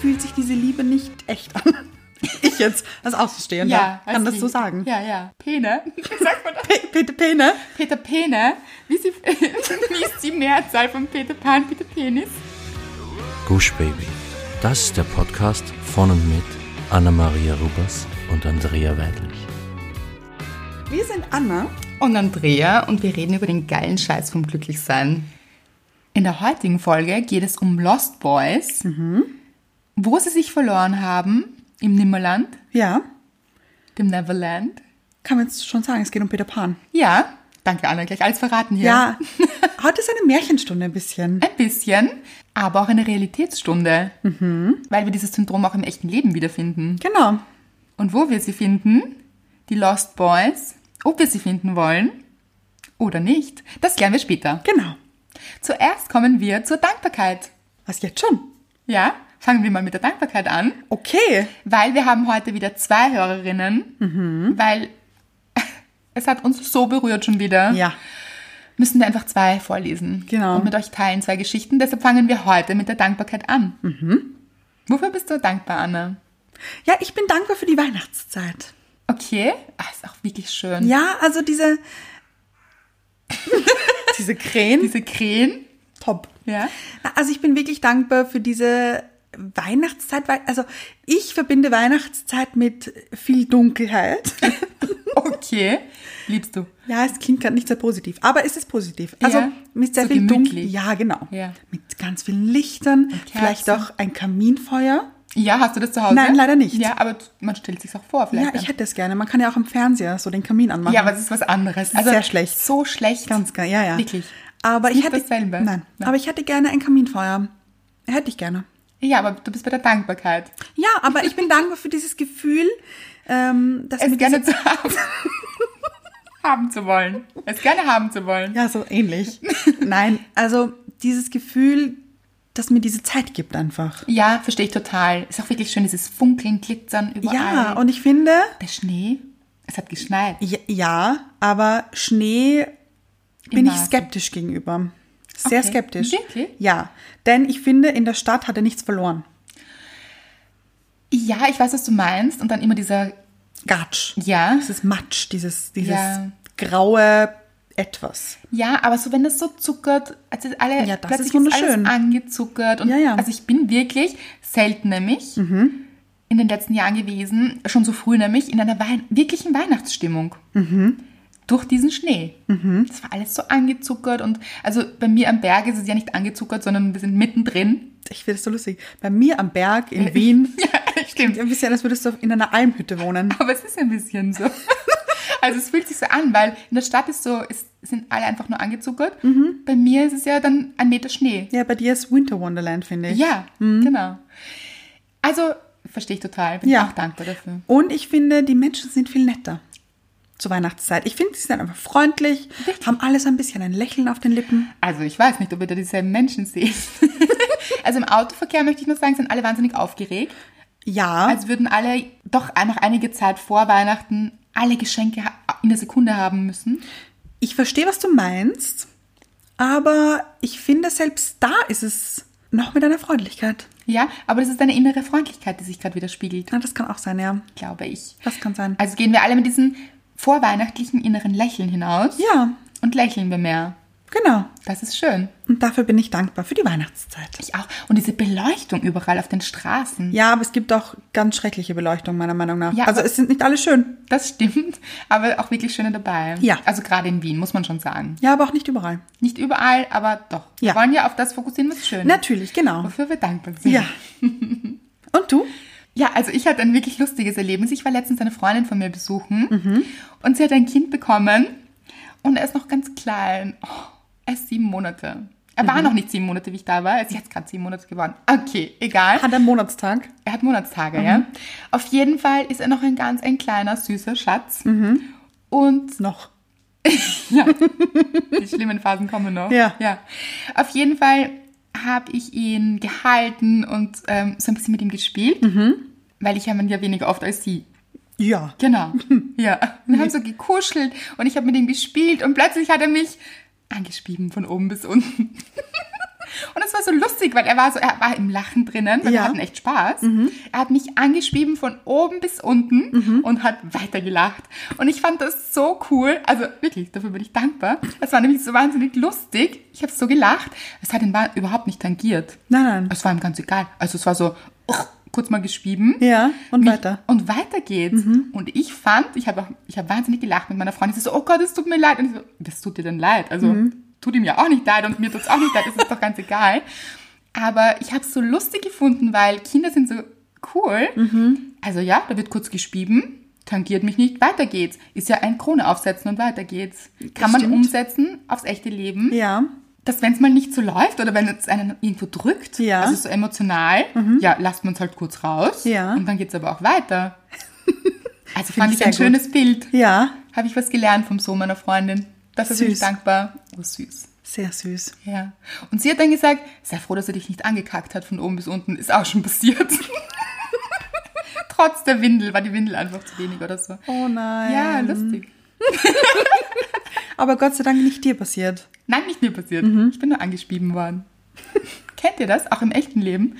fühlt sich diese Liebe nicht echt an. Ich jetzt als Außenstehender weiß kann das nicht. so sagen. Ja, ja. Pene. Sagt man das? Pe- Peter Pene. Peter Pene. Wie, sie, wie ist die Mehrzahl von Peter Pan, Peter Penis? Gush Baby. Das ist der Podcast von und mit Anna-Maria Rubers und Andrea Weidlich. Wir sind Anna. Und Andrea und wir reden über den geilen Scheiß vom Glücklichsein. In der heutigen Folge geht es um Lost Boys, wo sie sich verloren haben im Nimmerland, Ja, dem Neverland. kann man jetzt schon sagen, es geht um Peter Pan. Ja, danke Anna, gleich alles verraten hier. Ja, heute ist eine Märchenstunde ein bisschen. Ein bisschen, aber auch eine Realitätsstunde, weil wir dieses Syndrom auch im echten Leben wiederfinden. Genau. Und wo wir sie finden, die Lost Boys, ob wir sie finden wollen oder nicht, das klären wir später. Genau. Zuerst kommen wir zur Dankbarkeit. Was jetzt schon? Ja, fangen wir mal mit der Dankbarkeit an, Okay. weil wir haben heute wieder zwei Hörerinnen, Mhm. weil es hat uns so berührt schon wieder. Ja. Müssen wir einfach zwei vorlesen Genau. und mit euch teilen, zwei Geschichten. Deshalb fangen wir heute mit der Dankbarkeit an. Mhm. Wofür bist du dankbar, Anna? Ja, ich bin dankbar für die Weihnachtszeit. Okay, ah, ist auch wirklich schön. Ja, also diese. diese Krähen. Diese Krähen, top. ja. Na, Also ich bin wirklich dankbar für diese Weihnachtszeit, weil, also ich verbinde Weihnachtszeit mit viel Dunkelheit. Okay, liebst du. Ja, es klingt gerade nicht sehr positiv, aber es ist positiv. Also Ja, mit sehr so viel Dunkel. gemütlich. Ja, genau. Ja. Mit ganz vielen Lichtern, vielleicht Kerzen. auch ein Kaminfeuer. Ja, hast du das zu Hause? Nein, leider nicht. Ja, aber t- man stellt sich auch vor, vielleicht. Ja, ich hätte es gerne. Man kann ja auch am Fernseher so den Kamin anmachen. ja aber es ist was anderes. Also sehr schlecht. So schlecht. ganz geil. Ja, ja. Wirklich. Aber Ist ich nicht hätte dasselbe. Nein, Nein. aber ich hätte gerne ein Kaminfeuer. Hätte ich gerne. Ja, aber du bist bei der Dankbarkeit. Ja, aber ich bin dankbar für dieses Gefühl, ähm, dass Es mir gerne diese- zu haben. haben zu wollen. Es gerne haben zu wollen. Ja, so ähnlich. Nein, also dieses Gefühl, dass mir diese Zeit gibt einfach. Ja, verstehe ich total. Ist auch wirklich schön, dieses Funkeln, Glitzern überall. Ja, und ich finde, der Schnee. Es hat geschneit. ja, ja aber Schnee bin ich Maßen. skeptisch gegenüber. Sehr Okay. skeptisch. Wirklich? Ja, denn ich finde, in der Stadt hat er nichts verloren. Ja, ich weiß, was du meinst. Und dann immer dieser, Gatsch. ja. Dieses Matsch, dieses, dieses Ja. graue Etwas. Ja, aber so wenn das so zuckert, also alle Ja, das plötzlich ist wunderschön. alles angezuckert und Ja, ja. Mhm. also ich bin wirklich selten nämlich in den letzten Jahren gewesen, schon so früh nämlich in einer Wei wirklichen Weihnachtsstimmung. Mhm. Durch diesen Schnee. Das war alles so angezuckert und also bei mir am Berg ist es ja nicht angezuckert, sondern wir sind mittendrin. Ich finde das so lustig. Bei mir am Berg Äh, in Wien, Ja, stimmt. ein bisschen, als würdest du in einer Almhütte wohnen. Aber es ist ein bisschen so. Also es fühlt sich so an, weil in der Stadt ist so, es sind alle einfach nur angezuckert. Mhm. Bei mir ist es ja dann ein Meter Schnee. Ja, bei dir ist Winter Wonderland, finde ich. Ja, Mhm. genau. Also verstehe ich total, bin Ja. auch dankbar dafür. Und ich finde, die Menschen sind viel netter zur Weihnachtszeit. Ich finde, sie sind einfach freundlich, haben alles ein bisschen ein Lächeln auf den Lippen. Also ich weiß nicht, ob ihr da dieselben Menschen seht. also im Autoverkehr möchte ich nur sagen, sind alle wahnsinnig aufgeregt. Ja, Als würden alle doch nach einiger Zeit vor Weihnachten alle Geschenke ha- in der Sekunde haben müssen. ich verstehe, was du meinst, aber ich finde, selbst da ist es noch mit einer Freundlichkeit. Ja, aber das ist eine innere Freundlichkeit, die sich gerade widerspiegelt, Ja, das kann auch sein, ja. glaube ich. Das kann sein. Also gehen wir alle mit diesem vorweihnachtlichen inneren Lächeln hinaus Ja, und lächeln wir mehr. genau. Das ist schön. Und dafür bin ich dankbar für die Weihnachtszeit. Ich auch. Und diese Beleuchtung überall auf den Straßen. Ja, aber es gibt auch ganz schreckliche Beleuchtung, meiner Meinung nach. Ja, also aber- es sind nicht alle schön. Das stimmt, aber auch wirklich schöne dabei. Ja. Also gerade in Wien, muss man schon sagen. Ja, aber auch nicht überall. Nicht überall, aber doch. Ja. Wir wollen ja auf das fokussieren, was schön ist. Natürlich, genau. Wofür wir dankbar sind. Ja. Und du? Ja, also ich hatte ein wirklich lustiges Erlebnis. Ich war letztens eine Freundin von mir besuchen Mhm. und sie hat ein Kind bekommen und er ist noch ganz klein. Oh, er ist sieben Monate. Er Mhm. war noch nicht sieben Monate, wie ich da war. Er ist jetzt gerade sieben Monate geworden. Okay, egal. Hat Mhm. er Monatstag? Er hat Monatstage, ja. Auf jeden Fall ist er noch ein ganz ein kleiner, süßer Schatz. Mhm. Und Noch. Die schlimmen Phasen kommen noch. Ja. ja. Auf jeden Fall habe ich ihn gehalten und ähm, so ein bisschen mit ihm gespielt, weil ich habe ihn ja weniger oft als sie. Ja. Genau. ja. Und haben so gekuschelt und ich habe mit ihm gespielt und plötzlich hat er mich angespieben von oben bis unten. Und es war so lustig, weil er war so, er war im Lachen drinnen, weil Ja. Mhm. wir hatten echt Spaß. Er hat mich angeschrieben von oben bis unten und hat weitergelacht. Und ich fand das so cool. Also wirklich, dafür bin ich dankbar. Es war nämlich so wahnsinnig lustig. Ich habe so gelacht. Es hat ihn wa- überhaupt nicht tangiert. Nein, nein. Es war ihm ganz egal. Also es war so ugh, kurz mal geschwiegen. Ja, und Mich- weiter. Mhm. Und weiter geht's. Und ich fand, ich habe auch- ich habe wahnsinnig gelacht mit meiner Freundin. Sie so, oh Gott, es tut mir leid. Und ich so, das tut dir dann leid. Also Mhm. tut ihm ja auch nicht leid und mir tut's auch nicht leid. Das ist doch ganz egal. Aber ich habe es so lustig gefunden, weil Kinder sind so cool. Mhm. Also ja, da wird kurz gespieben. Tangiert mich nicht, weiter geht's. Ist ja ein Krone aufsetzen und weiter geht's. Kann man stimmt. umsetzen aufs echte Leben Ja. dass wenn es mal nicht so läuft oder wenn es einen irgendwo drückt, Ja. Mhm. also so emotional, ja, lasst man es halt kurz raus Ja. und dann geht es aber auch weiter. Also fand ich ich ein sehr gut. schönes Bild. Ja. Habe ich was gelernt vom Sohn meiner Freundin. Dafür bin ich Süß. dankbar. Oh, süß. Sehr süß. Ja. Und sie hat dann gesagt, sei froh, dass er dich nicht angekackt hat von oben bis unten. Ist auch schon passiert. Trotz der Windel, war die Windel einfach zu wenig oder so. Oh nein. Ja, lustig. Aber Gott sei Dank nicht dir passiert. Nein, nicht mir passiert. Mhm. Ich bin nur angeschrieben worden. Kennt ihr das? Auch im echten Leben?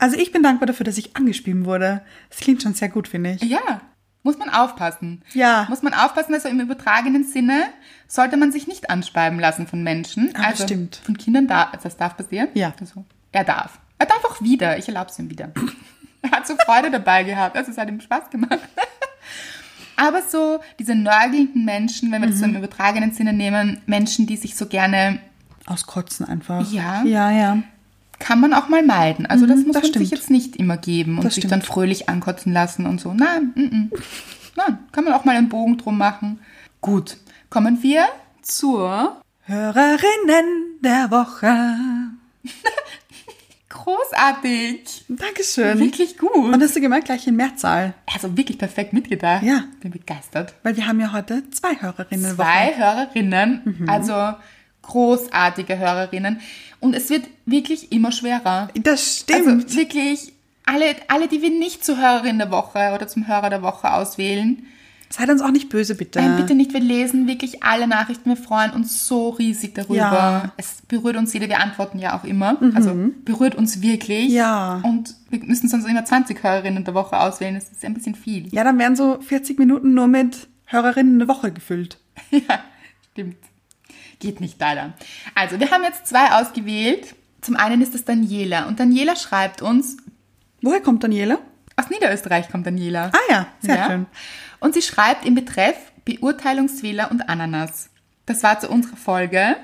Also ich bin dankbar dafür, dass ich angespielt wurde. Das klingt schon sehr gut, finde ich. Ja, muss man aufpassen. Ja. Muss man aufpassen, also im übertragenen Sinne sollte man sich nicht anschreiben lassen von Menschen. Aber also stimmt. Von Kindern da, also das darf passieren. Ja. Also, er darf. Er darf auch wieder. Ich erlaube es ihm wieder. er hat so Freude dabei gehabt. Also es hat ihm Spaß gemacht. Aber so diese nörgelnden Menschen, wenn wir das so Mhm. im übertragenen Sinne nehmen, Menschen, die sich so gerne, Aus Kotzen einfach. Ja. Ja, ja. kann man auch mal meiden. Also das muss Mhm, das man sich stimmt. jetzt nicht immer geben und Das sich stimmt. dann fröhlich ankotzen lassen und so. Nein, mm, mm. nein, kann man auch mal einen Bogen drum machen. Gut, kommen wir zur Hörerinnen der Woche. großartig, Dankeschön. wirklich gut. Und hast du gemerkt, gleich in Mehrzahl. Also wirklich perfekt mitgedacht. Ja. bin begeistert. Weil wir haben ja heute zwei Hörerinnen Zwei Hörerinnen, Mhm. also großartige Hörerinnen. Und es wird wirklich immer schwerer. Das stimmt. Also wirklich, alle, alle, die wir nicht zur Hörerin der Woche oder zum Hörer der Woche auswählen, Seid uns auch nicht böse, bitte. Nein, bitte nicht. Wir lesen wirklich alle Nachrichten. Wir freuen uns so riesig darüber. Ja. Mhm. Es berührt uns jede. Wir antworten ja auch immer. Also berührt uns wirklich. Ja. Und wir müssen sonst immer 20 Hörerinnen der Woche auswählen. Das ist ein bisschen viel. Ja, dann wären so 40 Minuten nur mit Hörerinnen eine Woche gefüllt. Ja, stimmt. Geht nicht leider. Also, wir haben jetzt zwei ausgewählt. Zum einen ist das Daniela. Und Daniela schreibt uns, Woher kommt Daniela? aus Niederösterreich kommt Daniela. Ah ja, sehr Ja. schön. Und sie schreibt im Betreff Beurteilungsfehler und Ananas. Das war zu unserer Folge.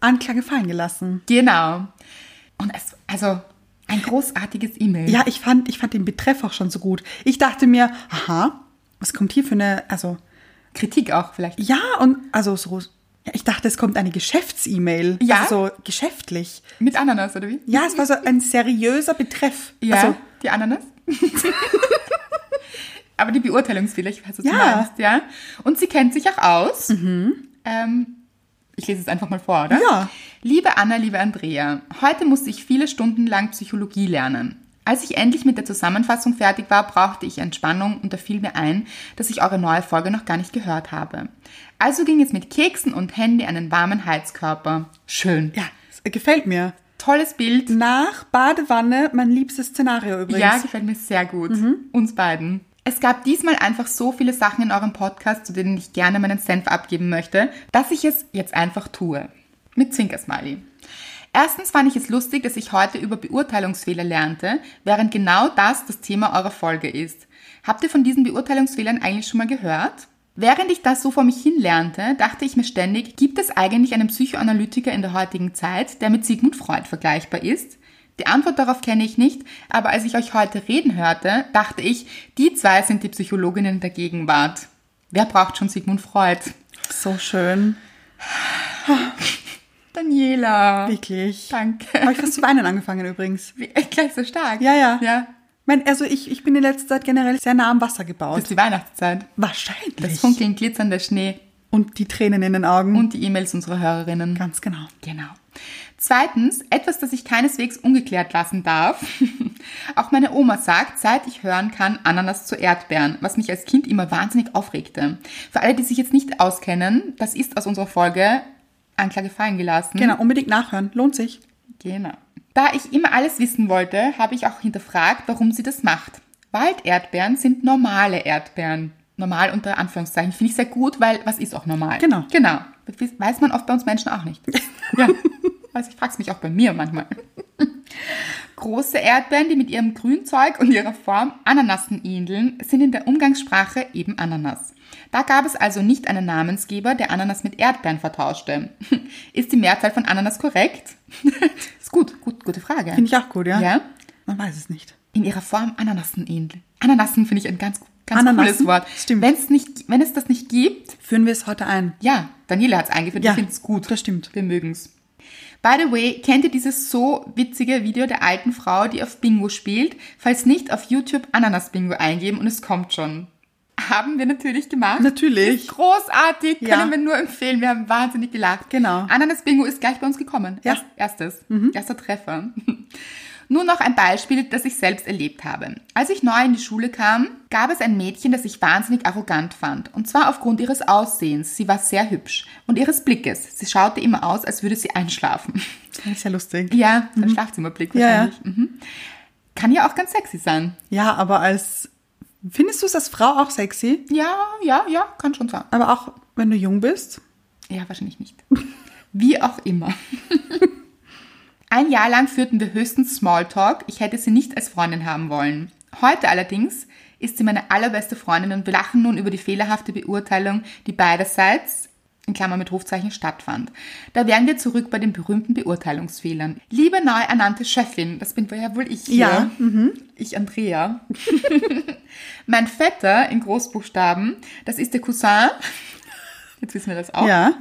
Anklage fallen gelassen. Genau. Und es, also ein großartiges E-Mail. Ja, ich fand, ich fand den Betreff auch schon so gut. Ich dachte mir, aha, was kommt hier für eine, also, Kritik auch vielleicht. ja, und, also so, ja, ich dachte, es kommt eine Geschäfts-E-Mail. Ja? Also so geschäftlich. Mit Ananas, oder wie? Ja, es war so ein seriöser Betreff. Also, die Ananas. Aber die Beurteilungsfehler, ich weiß, was Ja. Mhm. du meinst, ja. Und sie kennt sich auch aus. Ähm, ich lese es einfach mal vor, oder? Ja. Liebe Anna, liebe Andrea, heute musste ich viele Stunden lang Psychologie lernen. Als ich endlich mit der Zusammenfassung fertig war, brauchte ich Entspannung und da fiel mir ein, dass ich eure neue Folge noch gar nicht gehört habe. Also ging es mit Keksen und Handy an den warmen Heizkörper. Schön. ja, es gefällt mir. Tolles Bild. Nach Badewanne, mein liebstes Szenario übrigens. Ja, gefällt mir sehr gut. Uns beiden. Es gab diesmal einfach so viele Sachen in eurem Podcast, zu denen ich gerne meinen Senf abgeben möchte, dass ich es jetzt einfach tue. Mit Zwinkersmiley. Erstens fand ich es lustig, dass ich heute über Beurteilungsfehler lernte, während genau das das Thema eurer Folge ist. Habt ihr von diesen Beurteilungsfehlern eigentlich schon mal gehört? Während ich das so vor mich hin lernte, dachte ich mir ständig, gibt es eigentlich einen Psychoanalytiker in der heutigen Zeit, der mit Sigmund Freud vergleichbar ist? Die Antwort darauf kenne ich nicht, aber als ich euch heute reden hörte, dachte ich, die zwei sind die Psychologinnen der Gegenwart. Wer braucht schon Sigmund Freud? So schön. Daniela. Wirklich. Habe Danke. ich fast zu weinen angefangen übrigens. Wie- äh, Gleich so stark. Ja, ja. Ja. Mein, also ich, ich bin in letzter Zeit generell sehr nah am Wasser Das gebaut. ist die Weihnachtszeit. Wahrscheinlich. Das Funkeln, glitzernder Schnee Und die Tränen in den Augen. und die E-Mails unserer Hörerinnen. Ganz genau. Genau. Zweitens, etwas, das ich keineswegs ungeklärt lassen darf. Auch meine Oma sagt, seit ich hören kann, Ananas zu Erdbeeren, was mich als Kind immer wahnsinnig aufregte. Für alle, die sich jetzt nicht auskennen, das ist aus unserer Folge Anklage fallen gelassen. Genau, unbedingt nachhören. Lohnt sich. Genau. Da ich immer alles wissen wollte, habe ich auch hinterfragt, warum sie das macht. Walderdbeeren sind normale Erdbeeren. Normal unter Anführungszeichen finde ich sehr gut, weil was ist auch normal? Genau. Genau. Das weiß man oft bei uns Menschen auch nicht. ja. Also ich frage es mich auch bei mir manchmal. Große Erdbeeren, die mit ihrem Grünzeug und ihrer Form Ananassen ähneln, sind in der Umgangssprache eben Ananas. Da gab es also nicht einen Namensgeber, der Ananas mit Erdbeeren vertauschte. Ist die Mehrzahl von Ananas korrekt? Ist gut, gut, gute Frage. Finde ich auch gut, ja? Ja. Man weiß es nicht. In ihrer Form Ananassen ähneln. Ananassen finde ich ein ganz, ganz cooles Ananassen? Wort. Stimmt. Wenn's nicht, wenn es das nicht gibt, Führen wir es heute ein. ja, Daniela hat es eingeführt. Ja, ich finde es gut. das stimmt. Wir mögen es. By the way, kennt ihr dieses so witzige Video der alten Frau, die auf Bingo spielt? Falls nicht, auf YouTube Ananas Bingo eingeben und es kommt schon. Haben wir natürlich gemacht. Natürlich. Ist großartig, Ja. können wir nur empfehlen. Wir haben wahnsinnig gelacht. Genau. Ananas Bingo ist gleich bei uns gekommen. Ja. Mhm. Erst- Erstes. Erster Treffer. Nur noch ein Beispiel, das ich selbst erlebt habe. Als ich neu in die Schule kam, gab es ein Mädchen, das ich wahnsinnig arrogant fand. Und zwar aufgrund ihres Aussehens. Sie war sehr hübsch. Und ihres Blickes. Sie schaute immer aus, als würde sie einschlafen. Das ist ja lustig. Ja, der Schlafzimmerblick Ja, ja. wahrscheinlich. Mhm. Kann ja auch ganz sexy sein. Ja, aber als. Findest du es als Frau auch sexy? Ja, ja, ja, kann schon sein. Aber auch wenn du jung bist? Ja, wahrscheinlich nicht. Wie auch immer. Ein Jahr lang führten wir höchstens Smalltalk. Ich hätte sie nicht als Freundin haben wollen. Heute allerdings ist sie meine allerbeste Freundin und wir lachen nun über die fehlerhafte Beurteilung, die beiderseits in Klammern mit Rufzeichen stattfand. Da wären wir zurück bei den berühmten Beurteilungsfehlern. Liebe neu ernannte Chefin, das bin ja wohl ich hier. Ja, Ich, Andrea. mein Vetter in Großbuchstaben, das ist der Cousin jetzt wissen wir das auch, Ja.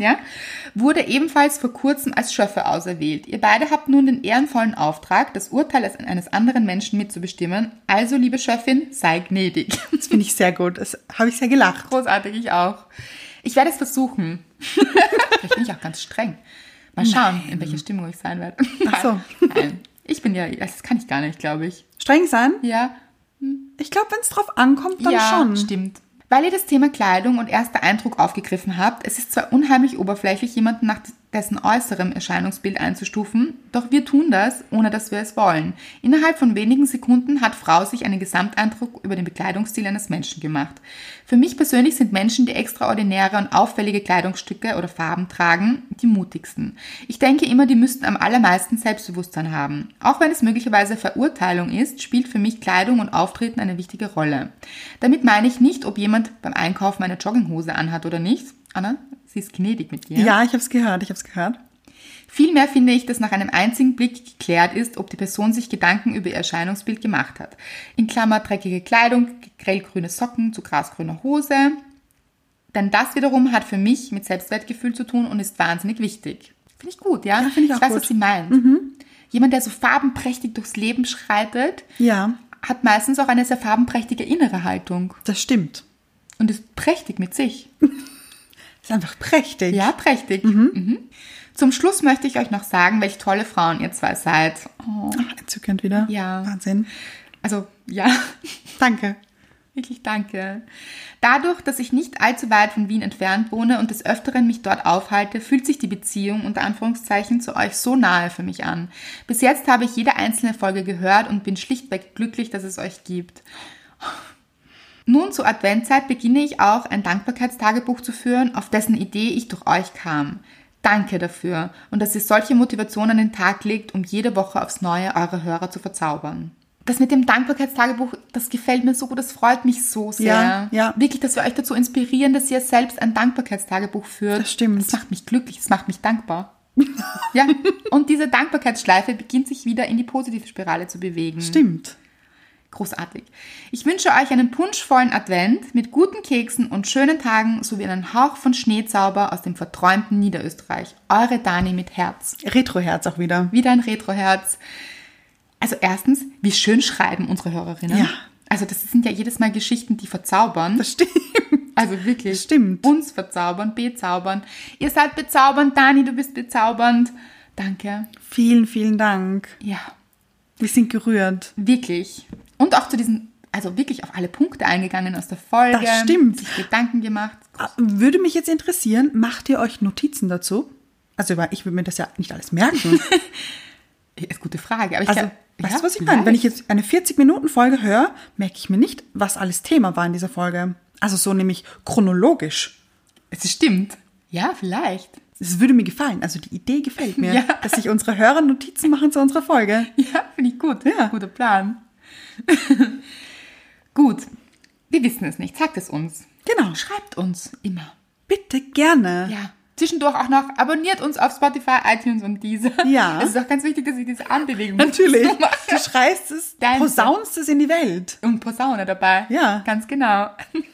wurde ebenfalls vor kurzem als Schöffe auserwählt. Ihr beide habt nun den ehrenvollen Auftrag, das Urteil als- eines anderen Menschen mitzubestimmen. Also, liebe Schöffin, sei gnädig. Das finde ich sehr gut. Das habe ich sehr gelacht. Großartig, ich auch. Ich werde es versuchen. Vielleicht bin ich auch ganz streng. Mal schauen, in welcher Stimmung ich sein werde. Ach so. Nein, ich bin ja, das kann ich gar nicht, glaube ich. Streng sein? Ja, Ich glaube, wenn es drauf ankommt, dann ja, schon. stimmt. Weil ihr das Thema Kleidung und erster Eindruck aufgegriffen habt, es ist zwar unheimlich oberflächlich, jemanden nach dessen äußerem Erscheinungsbild einzustufen, doch wir tun das, ohne dass wir es wollen. Innerhalb von wenigen Sekunden hat Frau sich einen Gesamteindruck über den Bekleidungsstil eines Menschen gemacht. Für mich persönlich sind Menschen, die extraordinäre und auffällige Kleidungsstücke oder Farben tragen, die mutigsten. Ich denke immer, die müssten am allermeisten Selbstbewusstsein haben. Auch wenn es möglicherweise Verurteilung ist, spielt für mich Kleidung und Auftreten eine wichtige Rolle. Damit meine ich nicht, ob jemand beim Einkaufen eine Jogginghose anhat oder nicht. Anna, sie ist gnädig mit dir. Ja, ich habe es gehört. Ich habe es gehört. Vielmehr finde ich, dass nach einem einzigen Blick geklärt ist, ob die Person sich Gedanken über ihr Erscheinungsbild gemacht hat. In Klammer dreckige Kleidung, grellgrüne Socken zu grasgrüner Hose. Denn das wiederum hat für mich mit Selbstwertgefühl zu tun und ist wahnsinnig wichtig. Finde ich gut, ja? finde ich auch weiß, gut. Mhm. was sie meint. Jemand, der so farbenprächtig durchs Leben schreitet, Ja, hat meistens auch eine sehr farbenprächtige innere Haltung das stimmt. und ist prächtig mit sich. Ist einfach prächtig. Ja, prächtig. Mhm. Zum Schluss möchte ich euch noch sagen, welche tolle Frauen ihr zwei seid. Oh. Ach, entzückend wieder. Ja. Wahnsinn. Also, ja, Danke. wirklich danke. Dadurch, dass ich nicht allzu weit von Wien entfernt wohne und des Öfteren mich dort aufhalte, fühlt sich die Beziehung unter Anführungszeichen zu euch so nahe für mich an. Bis jetzt habe ich jede einzelne Folge gehört und bin schlichtweg glücklich, dass es euch gibt. Nun zur Adventzeit beginne ich auch ein Dankbarkeitstagebuch zu führen, auf dessen Idee ich durch euch kam. Danke dafür und dass ihr solche Motivation an den Tag legt, um jede Woche aufs Neue eure Hörer zu verzaubern. Das mit dem Dankbarkeitstagebuch, das gefällt mir so gut, das freut mich so Ja, sehr. ja. Wirklich, dass wir euch dazu inspirieren, dass ihr selbst ein Dankbarkeitstagebuch führt. Das stimmt. Das macht mich glücklich, das macht mich dankbar. ja, und diese Dankbarkeitsschleife beginnt sich wieder in die positive Spirale zu bewegen. Stimmt. Großartig. Ich wünsche euch einen punschvollen Advent mit guten Keksen und schönen Tagen sowie einen Hauch von Schneezauber aus dem verträumten Niederösterreich. Eure Dani mit Herz. Retroherz auch wieder. Wieder ein Retroherz. Also erstens, wie schön schreiben unsere Hörerinnen. Ja. Also das sind ja jedes Mal Geschichten, die verzaubern. Das stimmt. also wirklich. stimmt. Uns verzaubern, bezaubern. Ihr seid bezaubernd, Dani, du bist bezaubernd. Danke. Vielen, vielen Dank. Ja. Wir sind gerührt. Wirklich. Und auch zu diesen, also wirklich auf alle Punkte eingegangen aus der Folge. Das stimmt. Sich Gedanken gemacht. Ah, Würde mich jetzt interessieren, macht ihr euch Notizen dazu? Also weil ich will mir das ja nicht alles merken. Ist gute Frage. Aber ich Also, glaub- weißt ja, du, was ich meine? Wenn ich jetzt eine 40-Minuten-Folge höre, merke ich mir nicht, was alles Thema war in dieser Folge. Also so nämlich chronologisch. Es stimmt. Ja, vielleicht. Es würde mir gefallen. Also die Idee gefällt mir, Ja. dass sich unsere Hörer Notizen machen zu unserer Folge. Ja, finde ich gut. Ja. Guter Plan. gut. Wir wissen es nicht. Sagt es uns. Genau. Schreibt uns immer. Bitte gerne. Ja. Zwischendurch auch noch abonniert uns auf Spotify, iTunes und dieser. Ja. Es ist auch ganz wichtig, dass ich diese Armbewegung Natürlich. so mache. Du schreist es, Danke. posaunst es in die Welt. Und Posaune dabei. Ja. Ganz genau.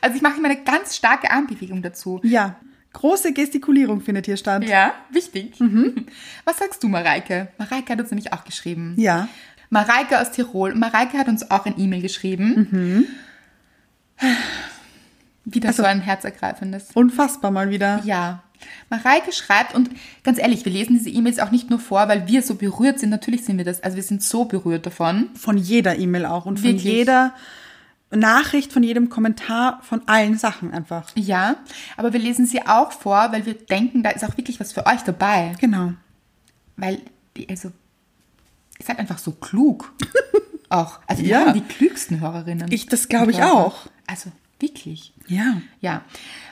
Also ich mache immer eine ganz starke Armbewegung dazu. Ja. Große Gestikulierung findet hier statt. Ja, wichtig. Mhm. Was sagst du, Mareike? Mareike hat uns nämlich auch geschrieben. Ja. Mareike aus Tirol. Mareike hat uns auch ein E-Mail geschrieben. Mhm. Wieder Also so ein herzergreifendes. Unfassbar mal wieder. Ja. Mareike schreibt, und ganz ehrlich, wir lesen diese E-Mails auch nicht nur vor, weil wir so berührt sind. Natürlich sind wir das. Also wir sind so berührt davon. Von jeder E-Mail auch und von Wirklich? jeder Nachricht, von jedem Kommentar, von allen Sachen einfach. Ja. Aber wir lesen sie auch vor, weil wir denken, da ist auch wirklich was für euch dabei. Genau. Weil, die- also, ihr seid einfach so klug. auch. Also wir Ja. haben die klügsten Hörerinnen. Ich- das glaub ich Und Hörer. auch. Also wirklich. Ja. Ja.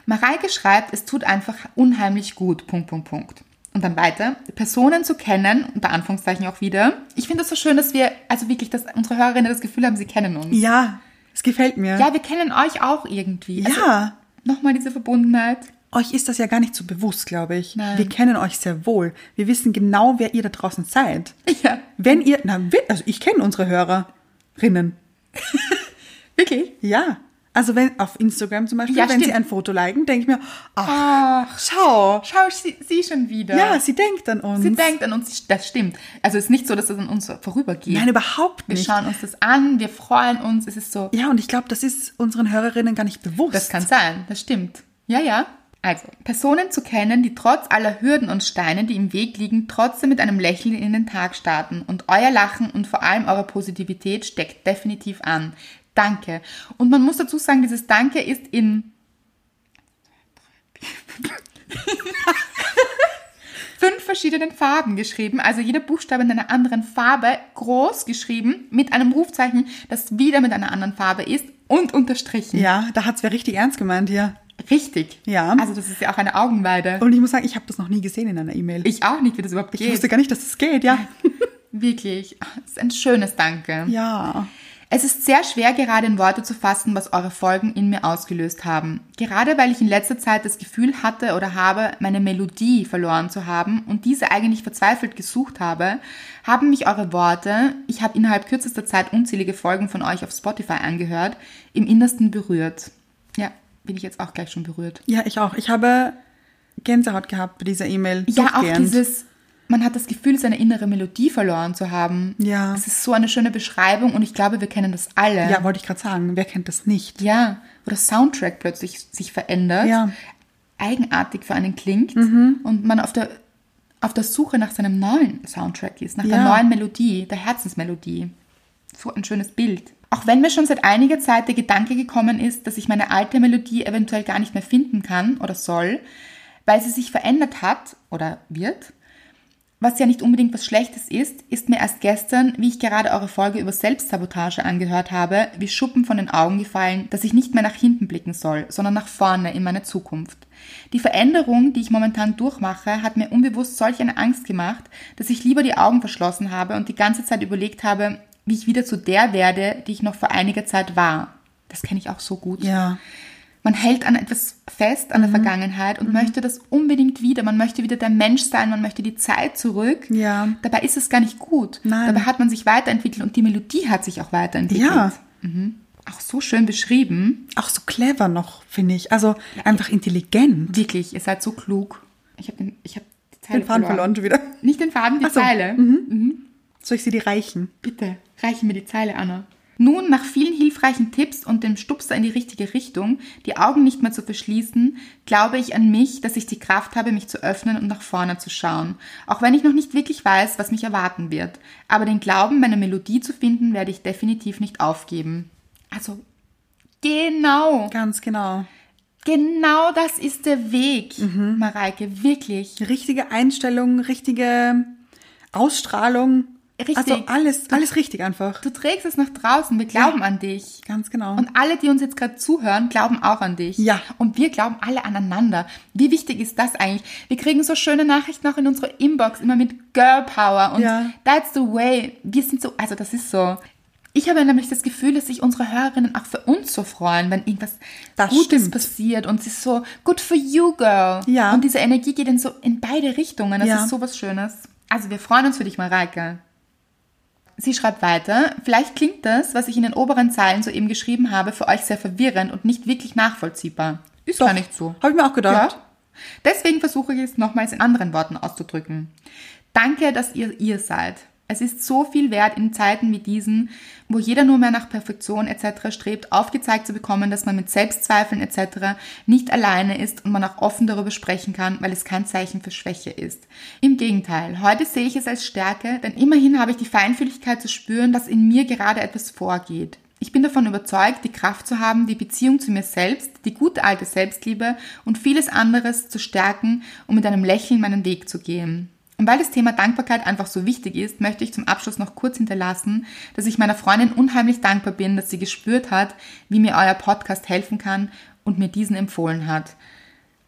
Mareike schreibt, es tut einfach unheimlich gut. Punkt, Punkt, Punkt. Und dann weiter, Personen zu kennen, unter Anführungszeichen auch wieder. Ich finde das so schön, dass wir, also wirklich, dass unsere Hörerinnen das Gefühl haben, sie kennen uns. Ja, es gefällt mir. Ja, wir kennen euch auch irgendwie. Also, Ja. Nochmal diese Verbundenheit. Euch ist das ja gar nicht so bewusst, glaube ich. Nein. Wir kennen euch sehr wohl. Wir wissen genau, wer ihr da draußen seid. Ja. Wenn ihr, na, wir- also ich kenne unsere Hörerinnen. Wirklich? Ja. Also wenn auf Instagram zum Beispiel, Ja, wenn sie stimmt. ein Foto liken, denke ich mir, ach, Ach, schau. schau sie, sie schon wieder. Ja, sie denkt an uns. Sie denkt an uns, das stimmt. Also es ist nicht so, dass das an uns vorübergeht. Nein, überhaupt wir nicht. schauen uns das an, wir freuen uns, es ist so. Ja, und ich glaube, das ist unseren Hörerinnen gar nicht bewusst. Das kann sein, das stimmt. Ja, ja. Also, Personen zu kennen, die trotz aller Hürden und Steine, die im Weg liegen, trotzdem mit einem Lächeln in den Tag starten. Und euer Lachen und vor allem eure Positivität steckt definitiv an. Danke. Und man muss dazu sagen, dieses Danke ist in fünf verschiedenen Farben geschrieben, also jeder Buchstabe in einer anderen Farbe groß geschrieben, mit einem Rufzeichen, das wieder mit einer anderen Farbe ist und unterstrichen. Ja, da hat's wer richtig ernst gemeint hier. Richtig. Ja. Also das ist ja auch eine Augenweide. Und ich muss sagen, ich habe das noch nie gesehen in einer E-Mail. ich auch nicht, wie das überhaupt Ich wusste geht. gar nicht, dass es das geht, ja. Wirklich. Das ist ein schönes Danke. Ja. Es ist sehr schwer, gerade in Worte zu fassen, was eure Folgen in mir ausgelöst haben. Gerade weil ich in letzter Zeit das Gefühl hatte oder habe, meine Melodie verloren zu haben und diese eigentlich verzweifelt gesucht habe, haben mich eure Worte, ich habe innerhalb kürzester Zeit unzählige Folgen von euch auf Spotify angehört, im Innersten berührt. Ja, bin ich jetzt auch gleich schon berührt. Ja, ich auch. Ich habe Gänsehaut gehabt bei dieser E-Mail. Ja, auch Durchgehend. dieses, man hat das Gefühl, seine innere Melodie verloren zu haben. Ja. Es ist so eine schöne Beschreibung und ich glaube, wir kennen das alle. Ja, wollte ich gerade sagen. Wer kennt das nicht? Ja, wo der Soundtrack plötzlich sich verändert, Ja. Mhm. eigenartig für einen klingt und man auf der, auf der Suche nach seinem neuen Soundtrack ist, nach der Ja. neuen Melodie, der Herzensmelodie. So ein schönes Bild. Auch wenn mir schon seit einiger Zeit der Gedanke gekommen ist, dass ich meine alte Melodie eventuell gar nicht mehr finden kann oder soll, weil sie sich verändert hat oder wird, was ja nicht unbedingt was Schlechtes ist, ist mir erst gestern, wie ich gerade eure Folge über Selbstsabotage angehört habe, wie Schuppen von den Augen gefallen, dass ich nicht mehr nach hinten blicken soll, sondern nach vorne in meine Zukunft. Die Veränderung, die ich momentan durchmache, hat mir unbewusst solch eine Angst gemacht, dass ich lieber die Augen verschlossen habe und die ganze Zeit überlegt habe, wie ich wieder zu der werde, die ich noch vor einiger Zeit war. Das kenne ich auch so gut. Ja. Man hält an etwas fest, an der Mhm. Vergangenheit und möchte das unbedingt wieder. Man möchte wieder der Mensch sein, man möchte die Zeit zurück. Ja. Dabei ist es gar nicht gut. Nein. Dabei hat man sich weiterentwickelt und die Melodie hat sich auch weiterentwickelt. Ja. Mhm. Auch so schön beschrieben. Auch so clever noch, finde ich. Also einfach intelligent. Wirklich, ihr seid so klug. Ich habe den, ich hab die Zeile Den Faden verloren schon wieder. Nicht den Faden, die Ach so. Mhm. Zeile. Soll ich sie die reichen? Bitte, reiche mir die Zeile, Anna. Nun, nach vielen hilfreichen Tipps und dem Stupser in die richtige Richtung, die Augen nicht mehr zu verschließen, glaube ich an mich, dass ich die Kraft habe, mich zu öffnen und nach vorne zu schauen. Auch wenn ich noch nicht wirklich weiß, was mich erwarten wird. Aber den Glauben, meine Melodie zu finden, werde ich definitiv nicht aufgeben. Also, genau. Ganz genau. Genau das ist der Weg, Mareike, wirklich. Richtige Einstellung, richtige Ausstrahlung. Richtig. Also alles, alles richtig einfach. Du trägst es nach draußen, wir glauben an dich. Ganz genau. Und alle, die uns jetzt gerade zuhören, glauben auch an dich. Ja. Und wir glauben alle aneinander. Wie wichtig ist das eigentlich? Wir kriegen so schöne Nachrichten auch in unsere Inbox, immer mit Girl Power und Ja. that's the way. Wir sind so, also das ist so. Ich habe nämlich das Gefühl, dass sich unsere Hörerinnen auch für uns so freuen, wenn irgendwas Das Gutes stimmt. passiert und sie ist so, good for you, girl. Ja. Und diese Energie geht dann so in beide Richtungen. Das Ja. ist so was Schönes. Also wir freuen uns für dich, Mareike. Sie schreibt weiter, vielleicht klingt das, was ich in den oberen Zeilen soeben geschrieben habe, für euch sehr verwirrend und nicht wirklich nachvollziehbar. Ist gar nicht so. Habe ich mir auch gedacht. Ja. Deswegen versuche ich es nochmals in anderen Worten auszudrücken. Danke, dass ihr ihr seid. Es ist so viel wert, in Zeiten wie diesen, wo jeder nur mehr nach Perfektion etc. strebt, aufgezeigt zu bekommen, dass man mit Selbstzweifeln etc. nicht alleine ist und man auch offen darüber sprechen kann, weil es kein Zeichen für Schwäche ist. Im Gegenteil, heute sehe ich es als Stärke, denn immerhin habe ich die Feinfühligkeit zu spüren, dass in mir gerade etwas vorgeht. Ich bin davon überzeugt, die Kraft zu haben, die Beziehung zu mir selbst, die gute alte Selbstliebe und vieles anderes zu stärken und mit einem Lächeln meinen Weg zu gehen. Und weil das Thema Dankbarkeit einfach so wichtig ist, möchte ich zum Abschluss noch kurz hinterlassen, dass ich meiner Freundin unheimlich dankbar bin, dass sie gespürt hat, wie mir euer Podcast helfen kann und mir diesen empfohlen hat.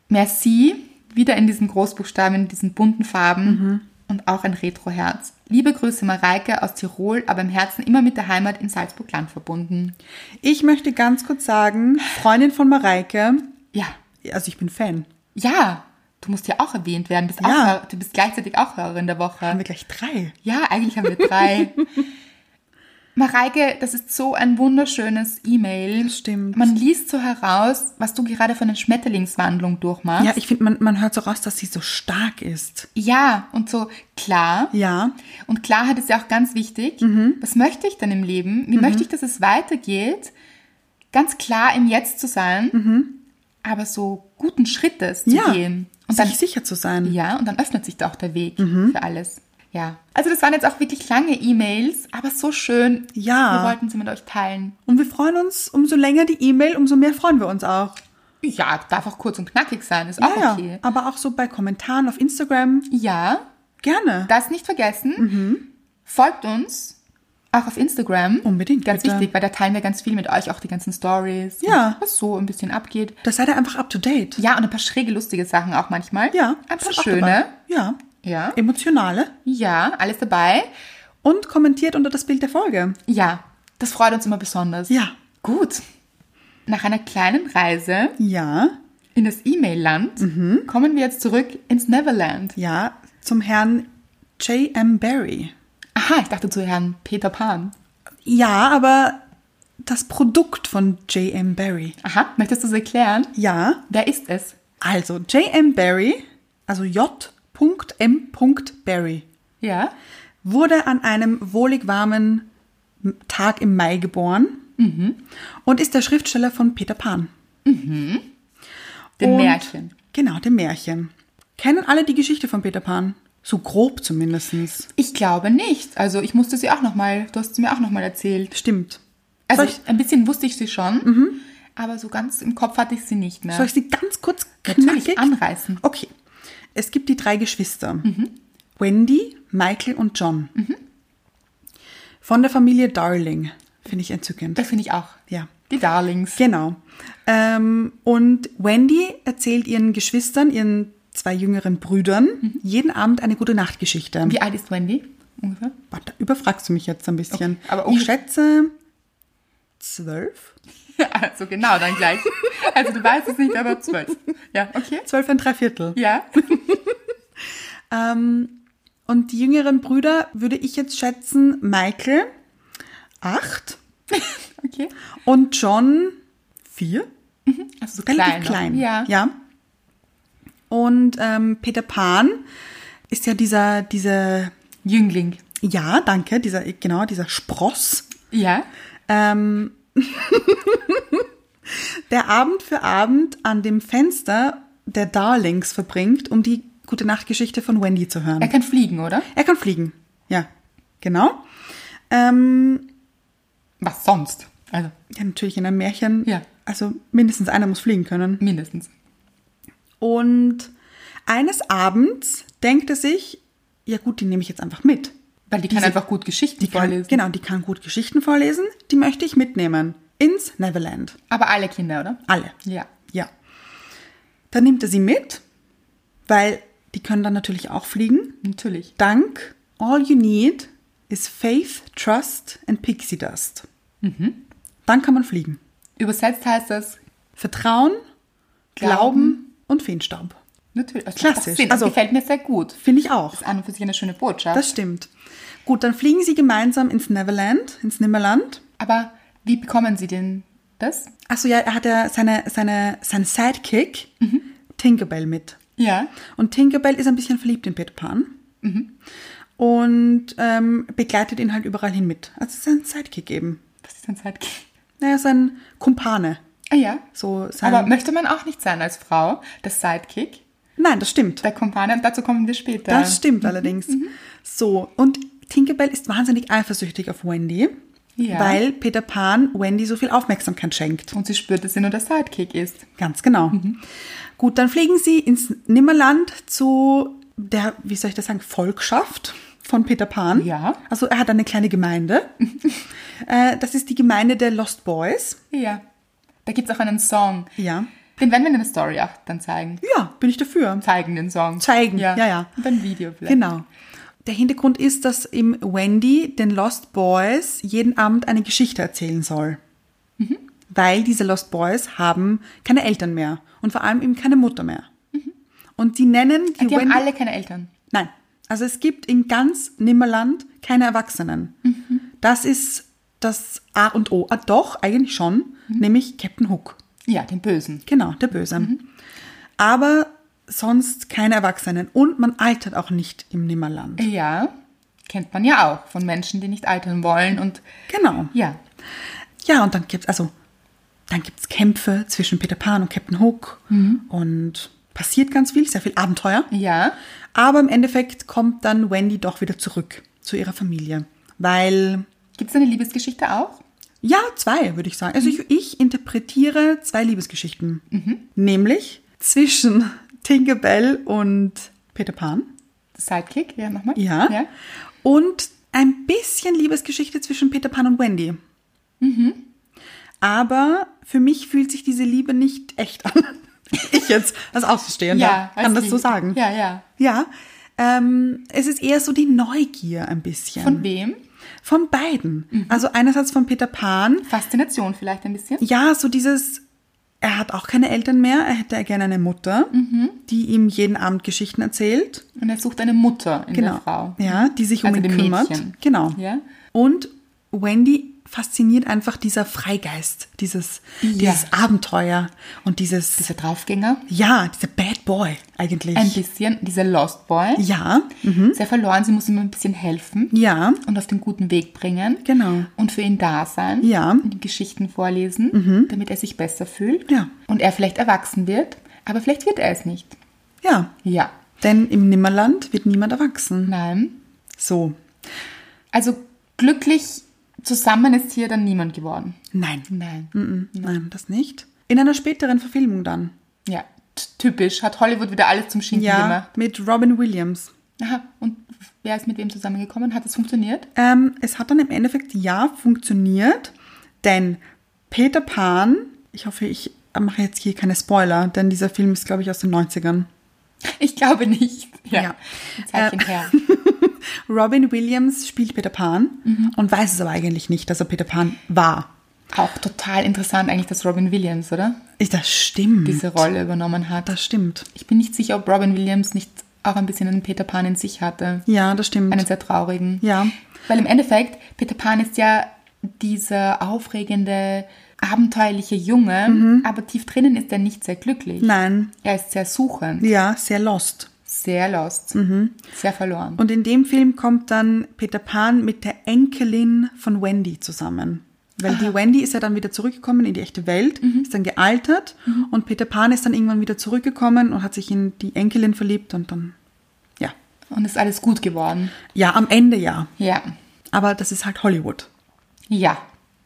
Merci, wieder in diesen Großbuchstaben, in diesen bunten Farben und auch ein Retroherz. Liebe Grüße Mareike aus Tirol, aber im Herzen immer mit der Heimat in Salzburg-Land verbunden. Ich möchte ganz kurz sagen, Freundin von Mareike, Ja, also ich bin Fan. ja, du musst ja auch erwähnt werden. Du bist, Ja. auch, Hör- du bist gleichzeitig auch Hörerin der Woche. Haben wir gleich drei. Ja, eigentlich haben wir drei. Mareike, das ist so ein wunderschönes E-Mail. Das stimmt. Man liest so heraus, was du gerade für eine Schmetterlingswandlung durchmachst. Ja, ich finde, man, man hört so raus, dass sie so stark ist. ja und so klar. Ja. Und Klarheit ist ja auch ganz wichtig. Mhm. Was möchte ich denn im Leben? Wie möchte ich, dass es weitergeht? Ganz klar im Jetzt zu sein, aber so guten Schrittes zu Mhm. ja. gehen. Und Und dann, sich sicher zu sein. ja, und dann öffnet sich da auch der Weg Mhm. für alles. Ja. Also das waren jetzt auch wirklich lange E-Mails, aber so schön. Ja. Wir wollten sie mit euch teilen. Und wir freuen uns, umso länger die E-Mail, umso mehr freuen wir uns auch. Ja, darf auch kurz und knackig sein, ist auch Ja, ja. Ah, okay. Aber auch so bei Kommentaren auf Instagram. Ja, Gerne. das nicht vergessen. Mhm. Folgt uns auch auf Instagram. Unbedingt, Ganz bitte. wichtig, weil da teilen wir ganz viel mit euch, auch die ganzen Stories. Ja. und Was so ein bisschen abgeht. Da seid ihr einfach up to date. Ja, Ah, und ein paar schräge, lustige Sachen auch manchmal. Ein paar sind auch schöne. dabei. Ja. Ja. Emotionale. Ja, alles dabei. Und kommentiert unter das Bild der Folge. Ja, das freut uns immer besonders. Ja. Gut. Nach einer kleinen Reise Ja. in das E-Mail-Land kommen wir jetzt zurück ins Neverland. Ja. Zum Herrn J.M. Barry. Aha, ich dachte zu Herrn Peter Pan. Ja, aber das Produkt von J.M. Barry. Aha, möchtest du es erklären? Ja. Wer ist es? Also J.M. Barry, also J.M. Barry, Ja. wurde an einem wohlig warmen Tag im Mai geboren Mhm. und ist der Schriftsteller von Peter Pan. Mhm. Dem Und- Märchen. Genau, dem Märchen. Kennen alle die Geschichte von Peter Pan? So grob zumindest. Ich glaube nicht. Also ich musste sie auch nochmal, du hast sie mir auch nochmal erzählt. Stimmt. Also soll, ich, Mhm. ein bisschen wusste ich sie schon, aber so ganz im Kopf hatte ich sie nicht mehr. soll ich sie ganz kurz Natürlich, knackig anreißen. Mhm. Okay. Es gibt die drei Geschwister. Wendy, Michael und John. Von der Familie Darling. Finde ich entzückend. das finde ich auch. Ja. Die Darlings. Genau. Ähm, und Wendy erzählt ihren Geschwistern, ihren zwei jüngeren Brüdern, Mhm. jeden Abend eine gute Nachtgeschichte. Wie alt ist Wendy? Ungefähr? Warte, überfragst du mich jetzt ein bisschen. Okay, aber oh. ich ungefähr- schätze zwölf? Also genau, dann gleich. Also du weißt es nicht, aber zwölf. Ja, okay. Zwölf und drei Viertel. Ja. Und die jüngeren Brüder würde ich jetzt schätzen, Michael acht Okay. und John vier. Also so relativ klein. klein. Ja. Und ähm, Peter Pan ist ja dieser, diese, Jüngling. ja, danke, dieser, genau, dieser Spross. Ja. Ähm, der Abend für Abend an dem Fenster der Darlings verbringt, um die gute Nachtgeschichte von Wendy zu hören. Er kann fliegen, oder? Er kann fliegen. Ja, genau. Ähm, Was Also sonst? Also, ja, natürlich in einem Märchen ja. Also mindestens einer muss fliegen können. Mindestens. Und eines Abends denkt er sich, ja gut, die nehme ich jetzt einfach mit. Weil die kann Diese- einfach gut Geschichten Die kann, vorlesen. Genau, die kann gut Geschichten vorlesen, die möchte ich mitnehmen. Ins Neverland. Aber alle Kinder, oder? Alle. Ja. Ja. Dann nimmt er sie mit, weil die können dann natürlich auch fliegen. Natürlich. Dank All You Need is Faith, Trust and Pixie Dust. Mhm. Dann kann man fliegen. Übersetzt heißt das Vertrauen, Glauben und Feenstaub. natürlich. Also Klassisch. Das Sinn. Also- gefällt mir sehr gut. Finde ich auch. An und für sich eine schöne Botschaft. Das stimmt. Gut, dann fliegen sie gemeinsam ins Neverland, ins Nimmerland. Aber wie bekommen Sie denn das? Achso, ja, er hat ja seine, seine, seinen Sidekick, Tinkerbell, mit. Ja. Und Tinkerbell ist ein bisschen verliebt in Peter Pan. Mhm. Und ähm, begleitet ihn halt überall hin mit. Also sein Sidekick eben. Was ist denn Zeit? Naja, sein Kumpane. Ah ja. So sein, Aber möchte man auch nicht sein als Frau, das Sidekick, Nein, das stimmt. der Kumpane, und dazu kommen wir später. Das stimmt Mhm. allerdings. So, und Tinkerbell ist wahnsinnig eifersüchtig auf Wendy, Ja. weil Peter Pan Wendy so viel Aufmerksamkeit schenkt. Und sie spürt, dass sie nur der Sidekick ist. Ganz genau. Mhm. Gut, dann fliegen sie ins Nimmerland zu der, wie soll ich das sagen, Volkschaft von Peter Pan. Ja. Also er hat eine kleine Gemeinde. äh, das ist die Gemeinde der Lost Boys. Ja. Da gibt es auch einen Song. Ja. Den werden wir in der Story auch dann zeigen. Ja, bin ich dafür. Zeigen den Song. Zeigen, ja, ja. Und ein Video vielleicht. Genau. Der Hintergrund ist, dass im Wendy den Lost Boys jeden Abend eine Geschichte erzählen soll. Mhm. Weil diese Lost Boys haben keine Eltern mehr und vor allem eben keine Mutter mehr. Und die nennen die, Mhm. Ah, Die haben Wendy. alle keine Eltern. Nein. Also es gibt in ganz Nimmerland keine Erwachsenen. Mhm. Das ist das A und O. Ah, doch, eigentlich schon, Mhm. nämlich Captain Hook. Ja, den Bösen. Genau, der Böse. Mhm. Aber sonst keine Erwachsenen. Und man altert auch nicht im Nimmerland. Ja. Kennt man ja auch von Menschen, die nicht altern wollen und Genau. ja. Ja, und dann gibt's also dann gibt's Kämpfe zwischen Peter Pan und Captain Hook und passiert ganz viel, sehr viel Abenteuer. Ja. Aber im Endeffekt kommt dann Wendy doch wieder zurück zu ihrer Familie, weil Gibt es eine Liebesgeschichte auch? ja, zwei würde ich sagen. Also ich, ich interpretiere zwei Liebesgeschichten, nämlich zwischen Tinkerbell und Peter Pan. Sidekick, ja, nochmal. Ja. ja. Und ein bisschen Liebesgeschichte zwischen Peter Pan und Wendy. Mhm. Aber für mich fühlt sich diese Liebe nicht echt an. Ich jetzt als Außenstehender Ja, als kann das so Liebe. sagen. Ja, ja. Ja, ähm, es ist eher so die Neugier ein bisschen. Von Mhm. wem? Von beiden. Also einerseits von Peter Pan. Faszination vielleicht ein bisschen. Ja, so dieses, er hat auch keine Eltern mehr, er hätte gerne eine Mutter, Mhm. die ihm jeden Abend Geschichten erzählt. Und er sucht eine Mutter in der Frau. Genau. Ja, die sich um Also ihn dem kümmert. Mädchen. Genau. Ja. Und Wendy fasziniert einfach dieser Freigeist, dieses, Ja. dieses Abenteuer und dieses, Dieser Draufgänger. ja, dieser Bad Boy eigentlich. Ein bisschen, dieser Lost Boy. ja, Sehr verloren, sie muss ihm ein bisschen helfen. Mhm. ja, Und auf den guten Weg bringen. Genau. Und für ihn da sein. Ja. Mhm. Und ihm Geschichten vorlesen, damit er sich besser fühlt. Ja. Und er vielleicht erwachsen wird. Aber vielleicht wird er es nicht. ja. Ja. Denn im Nimmerland wird niemand erwachsen. Nein. So, Also glücklich zusammen ist hier dann niemand geworden. nein. Nein. Mhm. Nein, das nicht. In einer späteren Verfilmung dann. Ja. t- Typisch. Hat Hollywood wieder alles zum Schinken Ja, gemacht. mit Robin Williams. Aha. Und wer ist mit wem zusammengekommen? Hat das funktioniert? Ähm, es hat dann im Endeffekt ja funktioniert, denn Peter Pan, ich hoffe, ich mache jetzt hier keine Spoiler, denn dieser Film ist, glaube ich, aus den 90ern. Ich glaube nicht. Ja. Ein Zeitchen Äh, her. Robin Williams spielt Peter Pan und weiß es aber eigentlich nicht, dass er Peter Pan war. Auch total interessant eigentlich, dass Robin Williams, oder? Ist das stimmt? Diese Rolle übernommen hat. Das stimmt. Ich bin nicht sicher, ob Robin Williams nicht auch ein bisschen einen Peter Pan in sich hatte. Ja, das stimmt. Einen sehr traurigen. Ja. Weil im Endeffekt, Peter Pan ist ja dieser aufregende, abenteuerliche Junge, aber tief drinnen ist er nicht sehr glücklich. Mhm. Nein. Er ist sehr suchend, Ja, sehr lost. sehr lost, sehr verloren. Und in dem Film kommt dann Peter Pan mit der Enkelin von Wendy zusammen. Weil die Wendy ist ja dann wieder zurückgekommen in die echte Welt, ist dann gealtert und Peter Pan ist dann irgendwann wieder zurückgekommen und hat sich in die Enkelin verliebt und dann, ja. Und ist alles gut geworden. Ja, am Ende ja. Ja. Aber das ist halt Hollywood. Ja.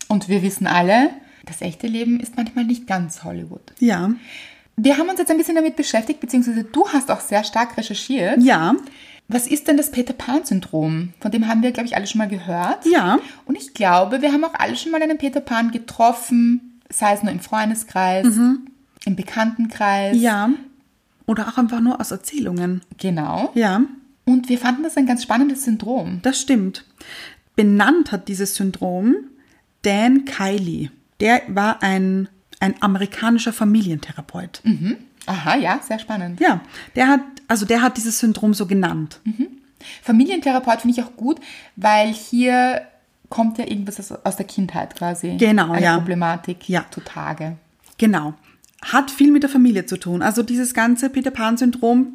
Und wir wissen alle, Das echte Leben ist manchmal nicht ganz Hollywood. Ja. Wir haben uns jetzt ein bisschen damit beschäftigt, beziehungsweise du hast auch sehr stark recherchiert. Ja. Was ist denn das Peter Pan-Syndrom? Von dem haben wir, glaube ich, alle schon mal gehört. Ja. Und ich glaube, wir haben auch alle schon mal einen Peter Pan getroffen, sei es nur im Freundeskreis, im Bekanntenkreis. Mhm. Ja. Oder auch einfach nur aus Erzählungen. Genau. Ja, Und wir fanden das ein ganz spannendes Syndrom. das stimmt. Benannt hat dieses Syndrom Dan Kiley. Der war ein, ein amerikanischer Familientherapeut. Aha, ja, sehr spannend. Ja, der hat, also der hat dieses Syndrom so genannt. Familientherapeut finde ich auch gut, weil hier kommt ja irgendwas aus, aus der Kindheit quasi. Genau, Eine ja. Problematik Ja. zutage. Genau. Hat viel mit der Familie zu tun. Also dieses ganze Peter Pan-Syndrom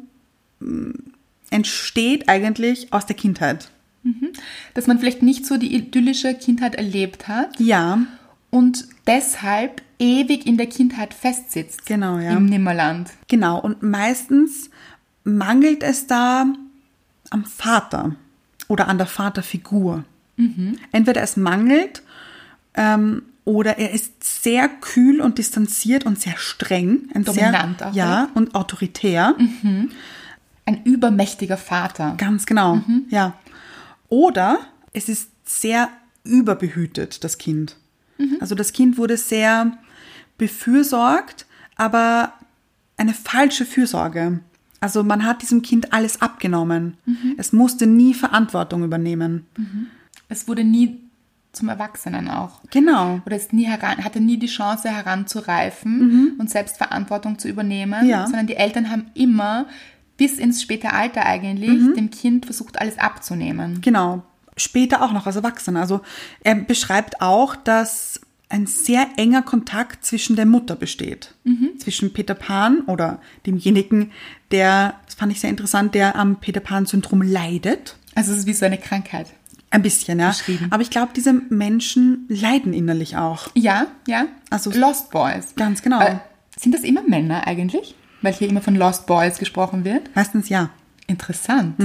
mh, entsteht eigentlich aus der Kindheit. Dass man vielleicht nicht so die idyllische Kindheit erlebt hat Ja, und deshalb ewig in der Kindheit festsitzt. Genau, ja. Im Nimmerland. genau. Und meistens mangelt es da am Vater oder an der Vaterfigur. Mhm. Entweder es mangelt ähm, oder er ist sehr kühl und distanziert und sehr streng. Ein Dominant sehr, auch, ne? Mhm. Ja, und autoritär. Ein übermächtiger Vater. Ganz genau, ja. Oder es ist sehr überbehütet, das Kind. Also das Kind wurde sehr befürsorgt, aber eine falsche Fürsorge. Also man hat diesem Kind alles abgenommen. Es musste nie Verantwortung übernehmen. Es wurde nie zum Erwachsenen auch. Genau. Oder ist nie heran, hatte nie die Chance heranzureifen und selbst Verantwortung zu übernehmen, Mhm. Ja. sondern die Eltern haben immer bis ins späte Alter eigentlich Mhm. dem Kind versucht, alles abzunehmen. Genau. Später auch noch als Erwachsener. Also er beschreibt auch, dass ein sehr enger Kontakt zwischen der Mutter besteht. Mhm. Zwischen Peter Pan oder demjenigen, der, das fand ich sehr interessant, der am Peter Pan-Syndrom leidet. Also es ist wie so eine Krankheit. Ein bisschen, ja. Beschrieben. Aber ich glaube, diese Menschen leiden innerlich auch. Ja, ja. Also- Lost Boys. Ganz genau. Äh, sind das immer Männer eigentlich? Weil hier immer von Lost Boys gesprochen wird. Meistens ja. Interessant.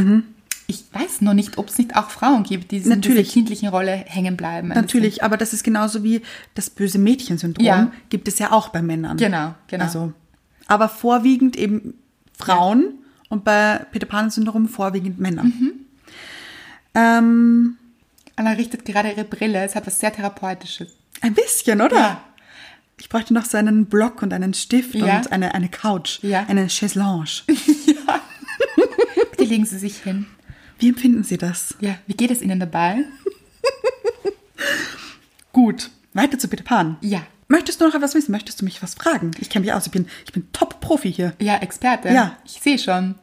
Ich weiß noch nicht, ob es nicht auch Frauen gibt, die in dieser Natürlich. kindlichen Rolle hängen bleiben. ein Natürlich, aber das ist genauso wie das böse Mädchen-Syndrom Ja. gibt es ja auch bei Männern. Genau, genau. Also, aber vorwiegend eben Frauen und bei Peter Pan-Syndrom vorwiegend Männer. Mhm. Ähm, bisschen. Anna richtet gerade ihre Brille. Es hat was sehr Therapeutisches. ein bisschen, oder? Ja. Ich bräuchte noch so einen Block und einen Stift Ja. und eine, eine Couch, Ja. eine Chaiselange. Bitte legen Sie sich hin. Wie empfinden Sie das? Ja, wie geht es Ihnen dabei? Gut, weiter zu Peter Pan. Ja. Möchtest du noch etwas wissen? Möchtest du mich was fragen? Ich kenne mich aus, ich bin, ich bin Top-Profi hier. Ja, Experte. Ja. Ich sehe schon.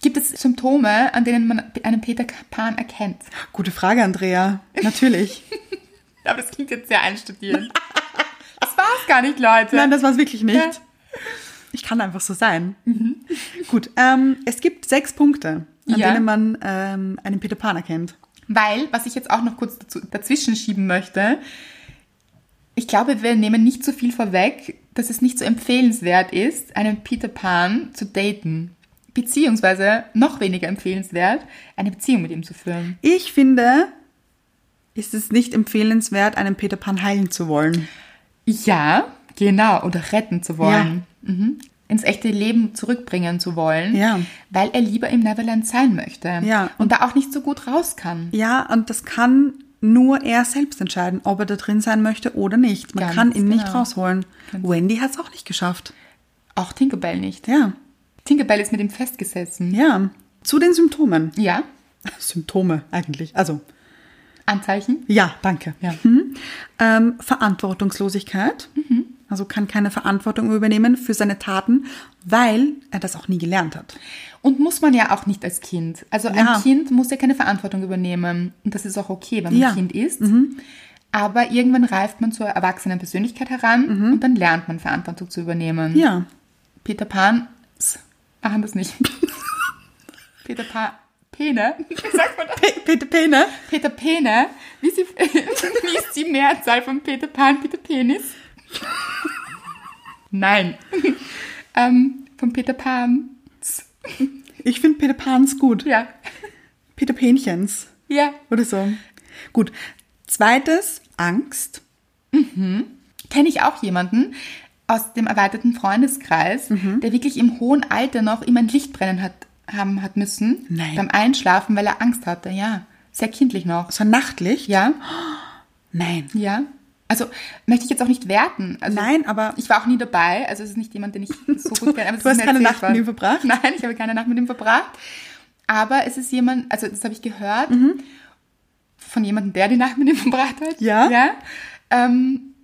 Gibt es Symptome, an denen man einen Peter Pan erkennt? Gute Frage, Andrea. Natürlich. Aber das klingt jetzt sehr einstudiert. das war's gar nicht, Leute. Nein, das war es wirklich nicht. Ja. Ich kann einfach so sein. Gut, ähm, es gibt sechs Punkte, an Mhm. Ja. denen man ähm, einen Peter Pan erkennt. Weil, was ich jetzt auch noch kurz dazu, dazwischen schieben möchte, ich glaube, wir nehmen nicht so viel vorweg, dass es nicht so empfehlenswert ist, einen Peter Pan zu daten. Beziehungsweise noch weniger empfehlenswert, eine Beziehung mit ihm zu führen. Ich finde, ist es nicht empfehlenswert, einen Peter Pan heilen zu wollen. Ja, genau, oder retten zu wollen. Mhm. Ins echte Leben zurückbringen zu wollen, Ja. weil er lieber im Neverland sein möchte Ja. und da auch nicht so gut raus kann. Ja, und das kann nur er selbst entscheiden, ob er da drin sein möchte oder nicht. Man Ganz kann ihn nicht genau. rausholen. Wendy hat es auch nicht geschafft. Auch Tinkerbell nicht. Ja, Tinkerbell ist mit ihm festgesessen. ja. Zu den Symptomen. Ja, Symptome eigentlich. Also, Anzeichen. Ja, danke. Ja. Mhm. Ähm, Verantwortungslosigkeit. Mhm. Also kann keine Verantwortung übernehmen für seine Taten, weil er das auch nie gelernt hat. Und muss man ja auch nicht als Kind. Also Ja. ein Kind muss ja keine Verantwortung übernehmen. Und das ist auch okay, wenn man Ja. Mhm. Kind ist. Aber irgendwann reift man zur erwachsenen Persönlichkeit heran und dann lernt man Verantwortung zu übernehmen. Mhm. Ja. Peter Pan machen das nicht. Peter Pan. Pene? Wie sagt man das? Peter Pene? Peter Pene? Wie, sie, wie ist die Mehrzahl von Peter Pan? Peter Penis? Nein. ähm, von Peter Pan. Ich finde Peter Pans gut. Ja. Peter Penchens Ja. oder so. Gut. Zweites, Angst. kenne ich auch jemanden aus dem erweiterten Freundeskreis, der wirklich im hohen Alter noch immer ein Licht brennen hat, haben hat müssen. Nein. Beim Einschlafen, weil er Angst hatte, ja. Sehr kindlich noch. So ein Nachtlicht? Ja, Also Nein. ja. Also möchte ich jetzt auch nicht werten. Also, Nein, aber Ich war auch nie dabei, also es ist nicht jemand, den ich so gut kenne. aber es du hast ist mir keine erzählt Nacht mit worden. ihm verbracht? Nein, ich habe keine Nacht mit ihm verbracht. Aber es ist jemand, also das habe ich gehört Mhm. von jemandem, der die Nacht mit ihm verbracht hat. Ja? Ja. Ähm,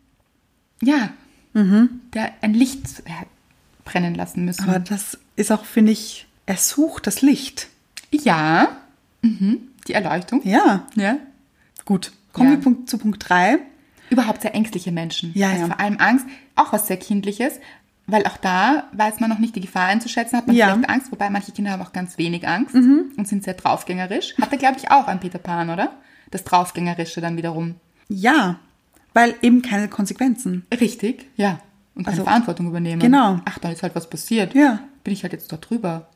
ja. Der ein Licht hat brennen lassen müssen. Mhm. aber das ist auch, finde ich, er sucht das Licht. ja. Mhm. Die Erleuchtung. Ja, Ja. gut. Kommen Ja. wir Punkt, zu Punkt 3. Überhaupt sehr ängstliche Menschen. Ja, also ja. vor allem Angst, auch was sehr Kindliches, weil auch da weiß man noch nicht die Gefahr einzuschätzen, hat man Ja. Mhm. vielleicht Angst, wobei manche Kinder haben auch ganz wenig Angst und sind sehr draufgängerisch. Hat er, glaube ich, auch an Peter Pan, oder? Das Draufgängerische dann wiederum. Ja, weil eben keine Konsequenzen. Richtig, ja. Und keine Also, Verantwortung übernehmen. genau. Ach, da ist halt was passiert. Ja. Bin ich halt jetzt da drüber.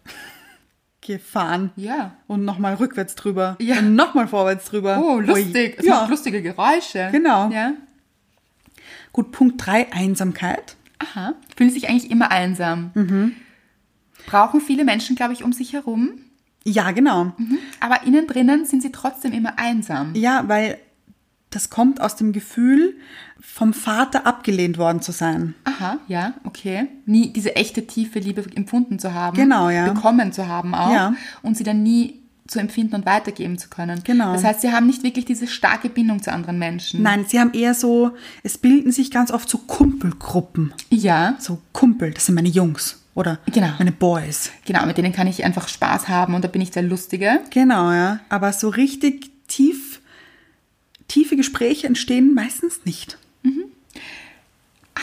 Gefahren. Ja. Und nochmal rückwärts drüber. Ja. Und nochmal vorwärts drüber. Oh, lustig. Ui. Es Ja. macht lustige Geräusche. Genau. Ja. Gut, Punkt 3, Einsamkeit. Aha. Fühlen sich eigentlich immer einsam. Mhm. Brauchen viele Menschen, glaube ich, um sich herum. Ja, genau. Mhm. Aber innen drinnen sind sie trotzdem immer einsam. Ja, weil das kommt aus dem Gefühl, vom Vater abgelehnt worden zu sein. Aha, ja, okay. Nie diese echte tiefe Liebe empfunden zu haben. Genau, ja. Bekommen zu haben auch. Ja. Und sie dann nie zu empfinden und weitergeben zu können. Genau. Das heißt, sie haben nicht wirklich diese starke Bindung zu anderen Menschen. Nein, sie haben eher so, es bilden sich ganz oft so Kumpelgruppen. Ja, So Kumpel, das sind meine Jungs oder Genau. meine Boys. genau, mit denen kann ich einfach Spaß haben und da bin ich der Lustige. Genau, ja. Aber so richtig tief, tiefe Gespräche entstehen meistens nicht.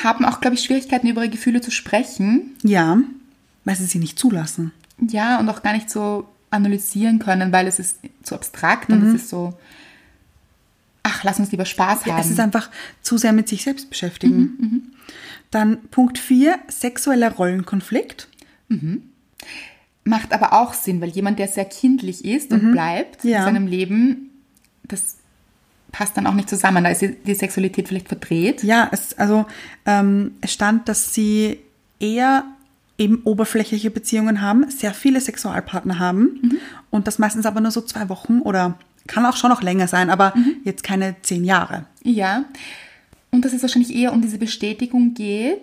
Haben auch, glaube ich, Schwierigkeiten, über ihre Gefühle zu sprechen. Ja, weil sie sie nicht zulassen. Ja, und auch gar nicht so analysieren können, weil es ist zu abstrakt Mhm. und es ist so, ach, lass uns lieber Spaß haben. Es ist einfach zu sehr mit sich selbst beschäftigen. Dann Punkt 4, sexueller Rollenkonflikt. Macht aber auch Sinn, weil jemand, der sehr kindlich ist und bleibt in Mhm. Ja. seinem Leben, das passt dann auch nicht zusammen. Da ist die die Sexualität vielleicht verdreht. Ja, es, also ähm, es stand, dass sie eher eben oberflächliche Beziehungen haben, sehr viele Sexualpartner haben und das meistens aber nur so zwei Wochen oder kann auch schon noch länger sein, aber jetzt keine zehn Jahre. Ja. Und dass es wahrscheinlich eher um diese Bestätigung geht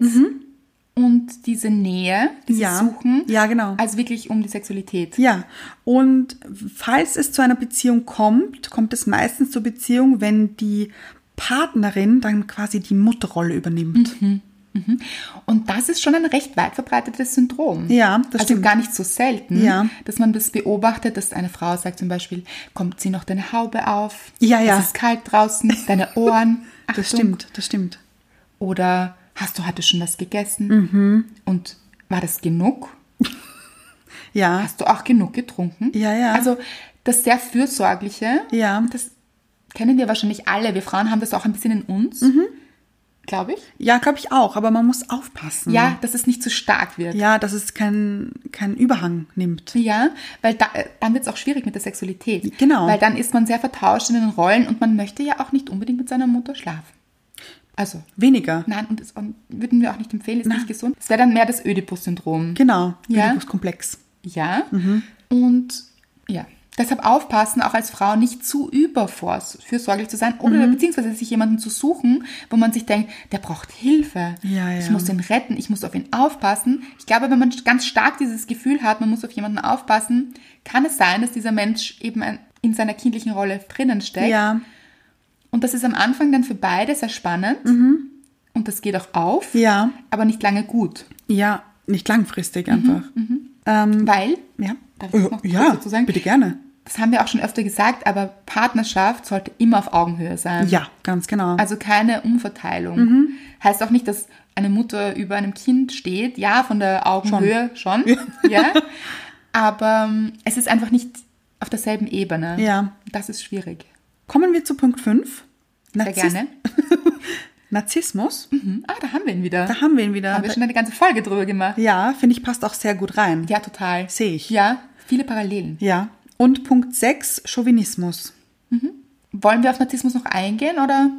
und diese Nähe, dieses Mhm. Ja. Suchen. Ja, genau. Als wirklich um die Sexualität. Ja, und falls es zu einer Beziehung kommt, kommt es meistens zur Beziehung, wenn die Partnerin dann quasi die Mutterrolle Hm, übernimmt. Und das ist schon ein recht weit verbreitetes Syndrom. Ja, das Also stimmt. gar nicht so selten, Ja. dass man das beobachtet, dass eine Frau sagt zum Beispiel, kommt sie noch deine Haube auf? Ja, ja. Es ist kalt draußen, deine Ohren. Achtung. Das stimmt, das stimmt. Oder hast du heute schon was gegessen? Mhm. Und war das genug? Ja, Hast du auch genug getrunken? Ja, ja. Also das sehr fürsorgliche, Ja. das kennen wir wahrscheinlich alle. Wir Frauen haben das auch ein bisschen in uns, Mhm. glaube ich. ja glaube ich auch, aber man muss aufpassen. Ja, dass es nicht zu stark wird. Mhm. Ja, dass es keinen keinen Überhang nimmt. Ja, weil da, äh, dann wird es auch schwierig mit der Sexualität. Genau. Weil dann ist man sehr vertauscht in den Rollen und man möchte ja auch nicht unbedingt mit seiner Mutter schlafen. Also, Weniger. nein, und das und würden wir auch nicht empfehlen, ist nicht gesund. Es wäre dann mehr das Ödipus-Syndrom. Genau. Ja. Oedipus-Komplex. Ja. Mhm. Und ja. Deshalb aufpassen, auch als Frau nicht zu überfürsorglich zu sein Mhm. oder beziehungsweise sich jemanden zu suchen, wo man sich denkt, der braucht Hilfe. Ja, Ich ja. muss den retten, ich muss auf ihn aufpassen. Ich glaube, wenn man ganz stark dieses Gefühl hat, man muss auf jemanden aufpassen, kann es sein, dass dieser Mensch eben ein- in seiner kindlichen Rolle drinnen steckt. Ja, Und das ist am Anfang dann für beide sehr spannend und das geht auch auf, Mhm. ja, aber nicht lange gut, ja, nicht langfristig einfach. Ähm, weil ja, Mhm, Äh, Darf ich das noch kurz ja dazu sagen? bitte gerne. das haben wir auch schon öfter gesagt, aber Partnerschaft sollte immer auf Augenhöhe sein. Ja, Mhm. ganz genau. Ähm, Also keine Umverteilung. Heißt auch nicht, dass eine Mutter über einem Kind steht. Ja, von der Augenhöhe schon. Ja. Aber ähm, es ist einfach nicht auf derselben Ebene. Ja. Das ist schwierig. Kommen wir zu Punkt 5. Sehr gerne. Narzissmus. Mhm. Ah, da haben wir ihn wieder. Da haben wir ihn wieder. haben wir schon eine ganze Folge drüber gemacht. ja, finde ich, passt auch sehr gut rein. Ja, total. Sehe ich. Ja, viele Parallelen. Ja. Und Punkt 6, Chauvinismus. Wollen wir auf Narzissmus noch eingehen oder,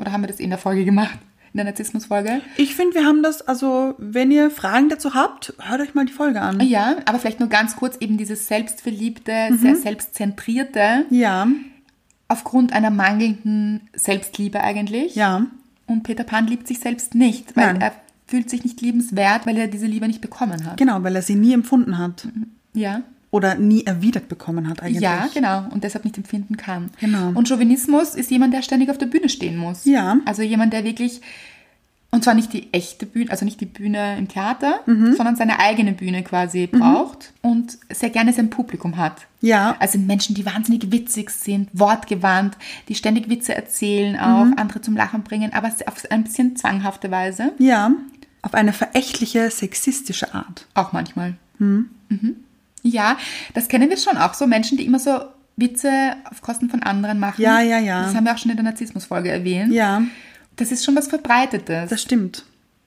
oder haben wir das eh in der Folge gemacht? in der Narzissmusfolge. Ich finde, wir haben das, also wenn ihr Fragen dazu habt, hört euch mal die Folge an. Ja, aber vielleicht nur ganz kurz eben dieses selbstverliebte, Mhm. sehr selbstzentrierte, Ja, aufgrund einer mangelnden Selbstliebe eigentlich. ja, Und Peter Pan liebt sich selbst nicht, weil Nein. er fühlt sich nicht liebenswert, weil er diese Liebe nicht bekommen hat. genau, weil er sie nie empfunden hat Ja. oder nie erwidert bekommen hat eigentlich. Ja, genau. Und deshalb nicht empfinden kann. Genau. Und Chauvinismus ist jemand, der ständig auf der Bühne stehen muss. Ja. Also jemand, der wirklich, und zwar nicht die echte Bühne, also nicht die Bühne im Theater, Mhm. sondern seine eigene Bühne quasi braucht und sehr gerne sein Publikum hat. Ja. Also sind Menschen, die wahnsinnig witzig sind, wortgewandt, die ständig Witze erzählen, auch Mhm. andere zum Lachen bringen, aber auf ein bisschen zwanghafte Weise. Ja, auf eine verächtliche, sexistische Art. Auch manchmal. Mhm. Ja, das kennen wir schon auch. So Menschen, die immer so Witze auf Kosten von anderen machen. Ja, ja, ja. Das haben wir auch schon in der Narzissmusfolge erwähnt. Ja, Das ist schon was Verbreitetes. das stimmt.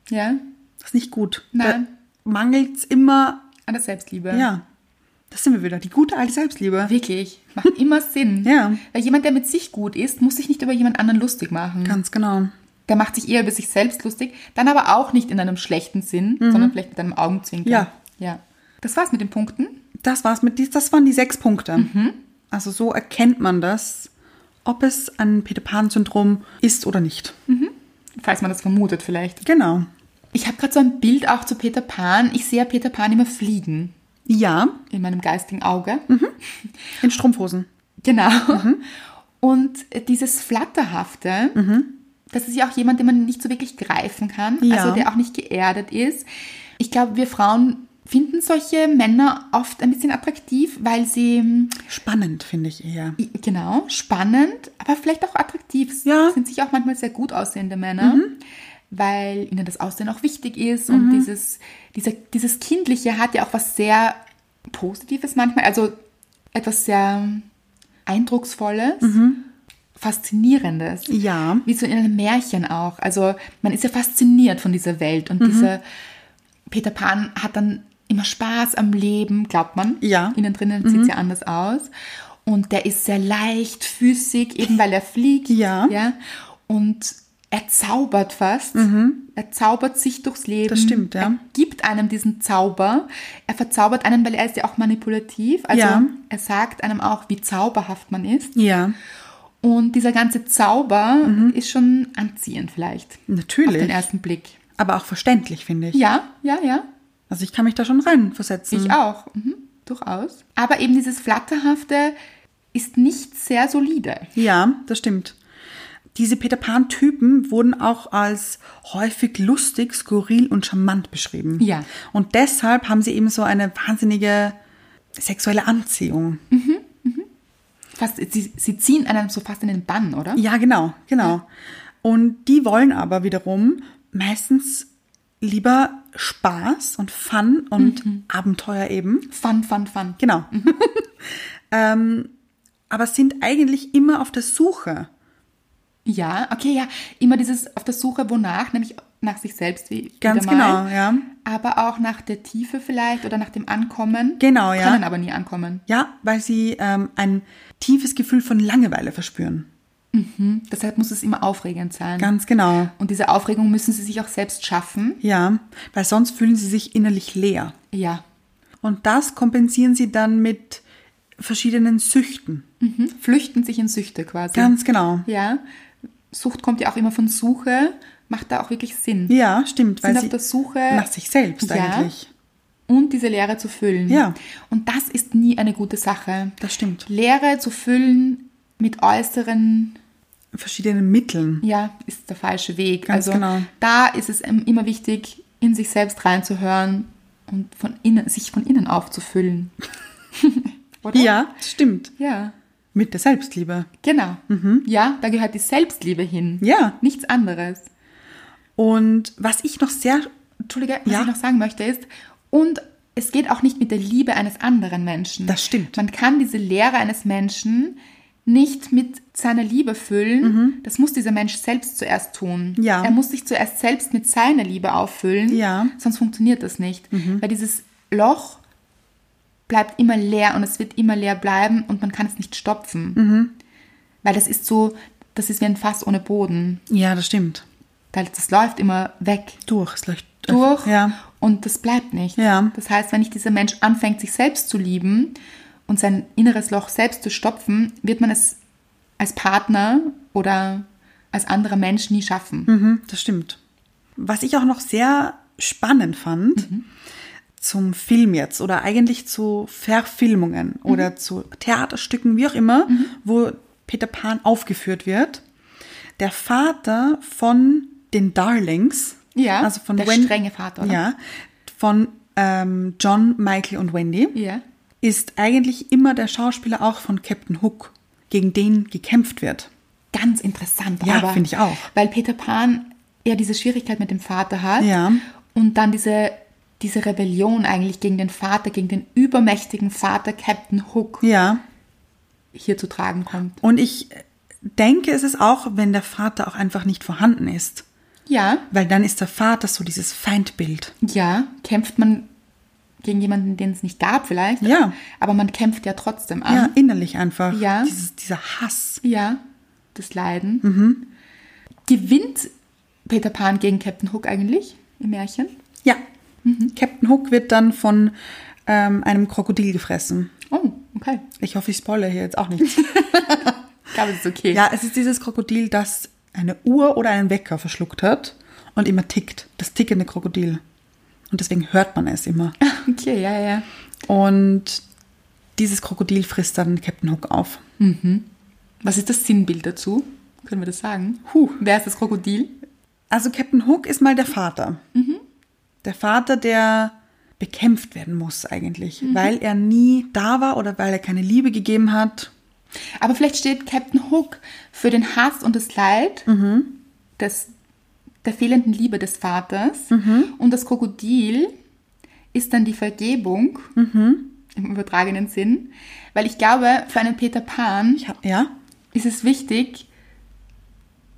ja, Das ist nicht gut. Nein. Da mangelt's immer, an der Selbstliebe. ja, das sind wir wieder, die gute alte Selbstliebe. Wirklich. Macht immer Sinn. Ja. Weil jemand, der mit sich gut ist, muss sich nicht über jemand anderen lustig machen. Ganz genau. Der macht sich eher über sich selbst lustig, dann aber auch nicht in einem schlechten Sinn, sondern vielleicht mit einem Augenzwinkern. Mhm. Ja. Ja. Das war's mit den Punkten. Das war's mit dies, das waren die sechs Punkte. Mhm. Also so erkennt man das, ob es ein Peter Pan Syndrom ist oder nicht. Falls man das vermutet vielleicht. Genau. Ich habe gerade so ein Bild auch zu Peter Pan. Ich sehe ja Peter Pan immer fliegen Ja, in meinem geistigen Auge. Mhm. in Strumpfhosen. Genau. Mhm. Und äh, dieses Flatterhafte, Mhm. das ist ja auch jemand, den man nicht so wirklich greifen kann, Ja. also der auch nicht geerdet ist. Ich glaube, wir Frauen finden solche Männer oft ein bisschen attraktiv, weil sie, mm, Spannend finde ich eher. i- genau, spannend, aber vielleicht auch attraktiv s- Ja. sind sich auch manchmal sehr gut aussehende Männer. Weil ihnen das Aussehen auch wichtig ist und dieses, dieser, dieses Kindliche hat ja auch was sehr Positives manchmal, also etwas sehr Eindrucksvolles, Faszinierendes. Ja. Wie so in einem Märchen auch. Also man ist ja fasziniert von dieser Welt Mhm. und dieser Peter Pan hat dann immer Spaß am Leben, glaubt man. Ja. Mhm. Innen drinnen sieht es ja anders aus. Und der ist sehr leichtfüßig, eben weil er fliegt. Ja. ja? Und er zaubert fast. Er zaubert sich durchs Leben. Mhm. Das stimmt, ja. Er gibt einem diesen Zauber. Er verzaubert einen, weil er ist ja auch manipulativ. Also Ja. er sagt einem auch, wie zauberhaft man ist. Ja, Und dieser ganze Zauber ist schon anziehend vielleicht. Auf den Mhm. natürlich. ersten Blick. Aber auch verständlich finde ich. Ja, ja, ja. Also ich kann mich da schon reinversetzen. Ich auch. Mhm. Durchaus. Aber eben dieses Flatterhafte ist nicht sehr solide. Ja, das stimmt. Diese Peter Pan-Typen wurden auch als häufig lustig, skurril und charmant beschrieben. Ja. Und deshalb haben sie eben so eine wahnsinnige sexuelle Anziehung. Fast, sie, sie ziehen einen so fast in den Bann, oder? Ja, genau, genau. Und die wollen aber wiederum meistens lieber Spaß und Fun und Mhm. Abenteuer eben. Fun, fun, fun. Genau. Mhm. ähm, aber sind eigentlich immer auf der Suche. Ja, okay, ja. Immer dieses auf der Suche wonach, nämlich nach sich selbst. Wie, Ganz wieder mal. genau, ja. Aber auch nach der Tiefe vielleicht oder nach dem Ankommen. Genau, ja. Können aber nie ankommen. Ja, weil sie ähm, ein tiefes Gefühl von Langeweile verspüren. Deshalb muss es immer aufregend sein. Ganz genau. Und diese Aufregung müssen sie sich auch selbst schaffen. Ja, weil sonst fühlen sie sich innerlich leer. Ja. Und das kompensieren sie dann mit verschiedenen Süchten. Mhm. Flüchten sich in Süchte quasi. Ganz genau. Ja. Sucht kommt ja auch immer von Suche, macht da auch wirklich Sinn. Ja, stimmt. Weil Sind sie auf der Suche nach sich selbst Ja. eigentlich. und diese Leere zu füllen. Ja. Und das ist nie eine gute Sache. Das stimmt. Leere zu füllen mit äußeren, Verschiedenen Mitteln. ja, ist der falsche Weg. Ganz also genau. da ist es ähm, immer wichtig, in sich selbst reinzuhören und von innen, sich von innen aufzufüllen. Oder? Ja, stimmt. Ja. Mit der Selbstliebe. Genau. Ja, da gehört die Selbstliebe hin. Mhm. Ja. Nichts anderes. Und was ich noch sehr. Entschuldige, was Ja. ich noch sagen möchte ist, und es geht auch nicht mit der Liebe eines anderen Menschen. Das stimmt. Man kann diese Leere eines Menschen nicht mit seiner Liebe füllen. Das muss dieser Mensch selbst zuerst tun. Mhm. Ja. Er muss sich zuerst selbst mit seiner Liebe auffüllen. Ja. Mhm. Sonst funktioniert das nicht. Weil dieses Loch bleibt immer leer und es wird immer leer bleiben und man kann es nicht Mhm. stopfen. Weil das ist so, das ist wie ein Fass ohne Boden. Ja, das stimmt. Weil das läuft immer weg Durch, es läuft durch Ja. und das bleibt nicht. Ja. Das heißt, wenn nicht dieser Mensch anfängt, sich selbst zu lieben und sein inneres Loch selbst zu stopfen, wird man es als Partner oder als anderer Mensch nie schaffen. Mhm, das stimmt. Was ich auch noch sehr spannend fand Mhm. zum Film jetzt oder eigentlich zu Verfilmungen Mhm. oder zu Theaterstücken, wie auch immer, wo Peter Pan aufgeführt wird. Der Vater von den Darlings, Ja, also von der Wen- strenge Vater, oder? ja, von ähm, John, Michael und Wendy, Ja. ist eigentlich immer der Schauspieler auch von Captain Hook, gegen den gekämpft wird. Ganz interessant. Ja, aber- finde ich auch. Weil Peter Pan ja diese Schwierigkeit mit dem Vater hat Ja. und dann diese, diese Rebellion eigentlich gegen den Vater, gegen den übermächtigen Vater Captain Hook Ja, hier zu tragen kommt. Und ich denke, es ist auch, wenn der Vater auch einfach nicht vorhanden ist. Ja, Weil dann ist der Vater so dieses Feindbild. ne? Ja, kämpft man gegen jemanden, den es nicht gab vielleicht. Ja. Aber man kämpft ja trotzdem Ja, an. innerlich einfach. Ja. Dieses, dieser Hass. Ja. das Leiden. Mhm. Gewinnt Peter Pan gegen Captain Hook eigentlich im Märchen? Ja. Mhm. Captain Hook wird dann von ähm, einem Krokodil gefressen. Oh, okay. Ich hoffe, ich spoilere hier jetzt auch nichts. Ich glaube, das ist okay. ja, es ist dieses Krokodil, das eine Uhr oder einen Wecker verschluckt hat und immer tickt. Das tickende Krokodil. Und deswegen hört man es immer. Okay, ja, ja. Und dieses Krokodil frisst dann Captain Hook auf. Was ist das Sinnbild dazu? Können wir das sagen? Huh. Wer ist das Krokodil? Also Captain Hook ist mal der Vater. Der Vater, der bekämpft werden muss eigentlich, weil er nie da war oder weil er keine Liebe gegeben hat. Aber vielleicht steht Captain Hook für den Hass und das Leid des, der fehlenden Liebe des Vaters. Und das Krokodil ist dann die Vergebung im übertragenen Sinn. Weil ich glaube, für einen Peter Pan Ja, ja, ist es wichtig,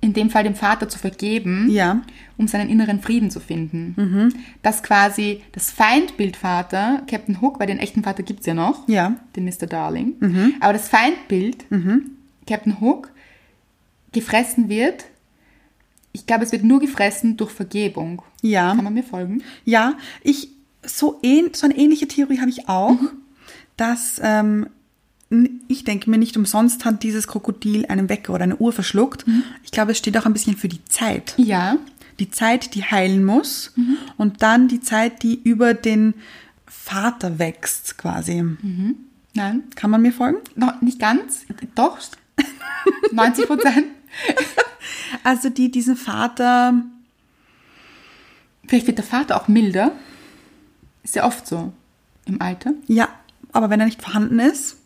in dem Fall dem Vater zu vergeben, Ja. um seinen inneren Frieden zu finden. Mhm. Dass quasi das Feindbild Vater, Captain Hook, weil den echten Vater gibt es ja noch, Ja. Mhm. den Mr. Darling, aber das Feindbild, Captain Hook, gefressen wird. Ich glaube, es wird nur gefressen durch Vergebung. Ja. Kann man mir folgen? ja. Ich so, ähn, so eine ähnliche Theorie habe ich auch, dass ähm, n- ich denke mir nicht umsonst hat dieses Krokodil einen Wecker oder eine Uhr verschluckt. Ich glaube, es steht auch ein bisschen für die Zeit. Ja. die Zeit, die heilen muss und dann die Zeit, die über den Vater wächst quasi. Nein. Kann man mir folgen? Noch nicht ganz. Doch. 90 Prozent. Also die diesen Vater, Vielleicht wird der Vater auch milder. Ist ja oft so im Alter. ja, aber wenn er nicht vorhanden ist,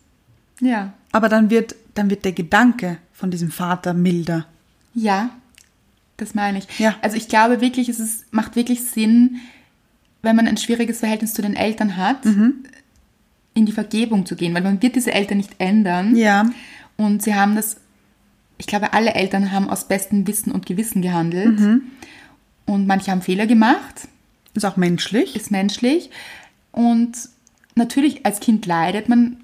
Ja. aber dann wird, dann wird der Gedanke von diesem Vater milder. Ja, das meine ich. Ja. Also ich glaube wirklich, es ist, macht wirklich Sinn, wenn man ein schwieriges Verhältnis zu den Eltern hat, Mhm. in die Vergebung zu gehen, weil man wird diese Eltern nicht ändern. Ja, Und sie haben das, ich glaube, alle Eltern haben aus bestem Wissen und Gewissen gehandelt. Mhm. Und manche haben Fehler gemacht, ist auch menschlich. ist menschlich. Und natürlich als Kind leidet man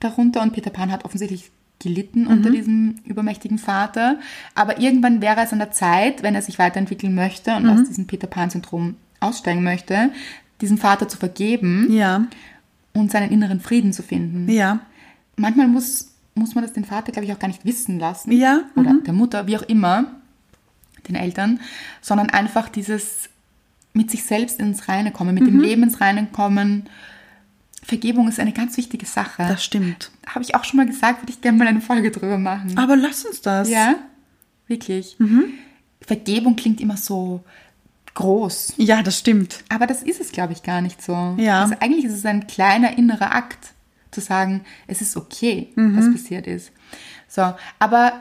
darunter und Peter Pan hat offensichtlich gelitten unter diesem übermächtigen Vater. Aber irgendwann wäre es an der Zeit, wenn er sich weiterentwickeln möchte und aus diesem Peter Pan-Syndrom aussteigen möchte, diesem Vater zu vergeben Ja, und seinen inneren Frieden zu finden. ja, Manchmal muss, muss man das den Vater, glaube ich, auch gar nicht wissen lassen. Ja, Oder der Mutter, wie auch immer, den Eltern, sondern einfach dieses mit sich selbst ins Reine kommen, mit dem Leben ins Reine kommen. Vergebung ist eine ganz wichtige Sache. das stimmt. Habe ich auch schon mal gesagt, würde ich gerne mal eine Folge drüber machen. Aber lass uns das. Ja, wirklich. Vergebung klingt immer so groß. ja das stimmt. Aber das ist es, glaube ich, gar nicht so. Ja. Also eigentlich ist es ein kleiner innerer Akt, zu sagen, es ist okay, Mhm. was passiert ist. So, aber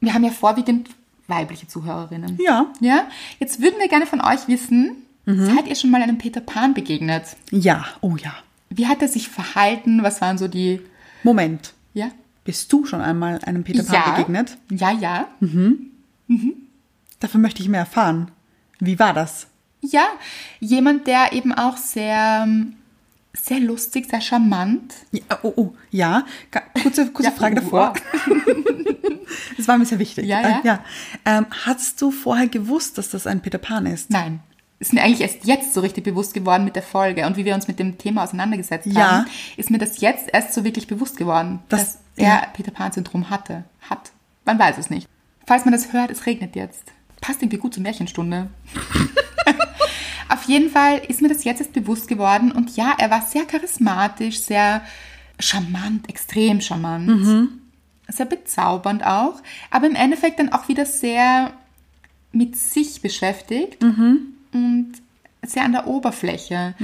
wir haben ja vorwiegend weibliche Zuhörerinnen. Ja. Mhm. Ja, jetzt würden wir gerne von euch wissen, seid ihr schon mal einem Peter Pan begegnet? Ja, oh ja. Wie hat er sich verhalten? Was waren so die, Moment, ja? bist du schon einmal einem Peter Pan ja. begegnet? Ja, ja. Davon möchte ich mehr erfahren. Wie war das? Ja, jemand, der eben auch sehr, ähm, sehr lustig, sehr charmant. Ja, oh, oh, ja. Ga- Kurze, kurze Ja, Frage oh, davor. wow. Das war mir sehr wichtig. Ja, ja. Äh, ja. Ähm, hast du vorher gewusst, dass das ein Peter Pan ist? Nein. Ist mir eigentlich erst jetzt so richtig bewusst geworden mit der Folge und wie wir uns mit dem Thema auseinandergesetzt Ja. haben, ist mir das jetzt erst so wirklich bewusst geworden, Das- dass er ja. Peter Pan-Syndrom hatte. Hat. Man weiß es nicht. Falls man das hört, es regnet jetzt. Passt irgendwie gut zur Märchenstunde. Auf jeden Fall ist mir das jetzt erst bewusst geworden und ja, er war sehr charismatisch, sehr charmant, extrem charmant, Mhm. sehr bezaubernd auch, aber im Endeffekt dann auch wieder sehr mit sich beschäftigt und sehr an der Oberfläche.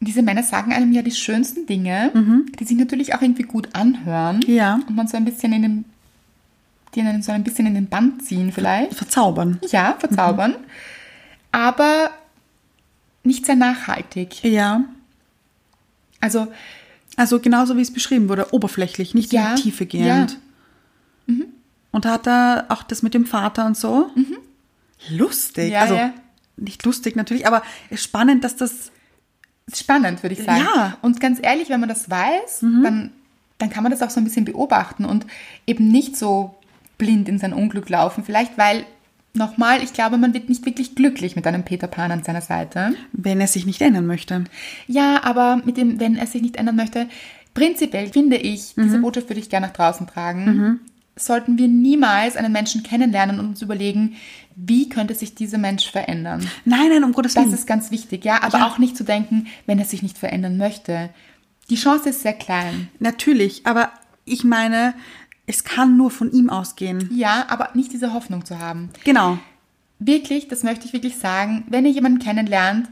Diese Männer sagen einem ja die schönsten Dinge, die sich natürlich auch irgendwie gut anhören Ja. und man so ein bisschen in den, die einen so ein bisschen in den Band ziehen vielleicht. Verzaubern. Ja, verzaubern. Aber nicht sehr nachhaltig. Ja. Also, Also genauso wie es beschrieben wurde, oberflächlich, nicht Ja, Mhm. in die Tiefe gehend. ja. Und da hat er auch das mit dem Vater und so. Lustig. Mhm. Ja, also ja. nicht lustig natürlich, aber spannend, dass das. spannend, würde ich sagen. Ja. Und ganz ehrlich, wenn man das weiß, dann, dann kann man das auch so ein bisschen beobachten und eben nicht so blind in sein Unglück laufen. Vielleicht, weil, nochmal, ich glaube, man wird nicht wirklich glücklich mit einem Peter Pan an seiner Seite. Wenn er sich nicht ändern möchte. Ja, aber mit dem, wenn er sich nicht ändern möchte, prinzipiell finde ich, diese Botschaft würde ich gerne nach draußen tragen. Sollten wir niemals einen Menschen kennenlernen und uns überlegen, wie könnte sich dieser Mensch verändern? Nein, nein, um Gottes Das Willen. ist ganz wichtig, ja, aber auch nicht zu denken, wenn er sich nicht verändern möchte. Die Chance ist sehr klein. Natürlich, aber ich meine, es kann nur von ihm ausgehen. Ja, aber nicht diese Hoffnung zu haben. Genau. Wirklich, das möchte ich wirklich sagen, wenn ihr jemanden kennenlernt,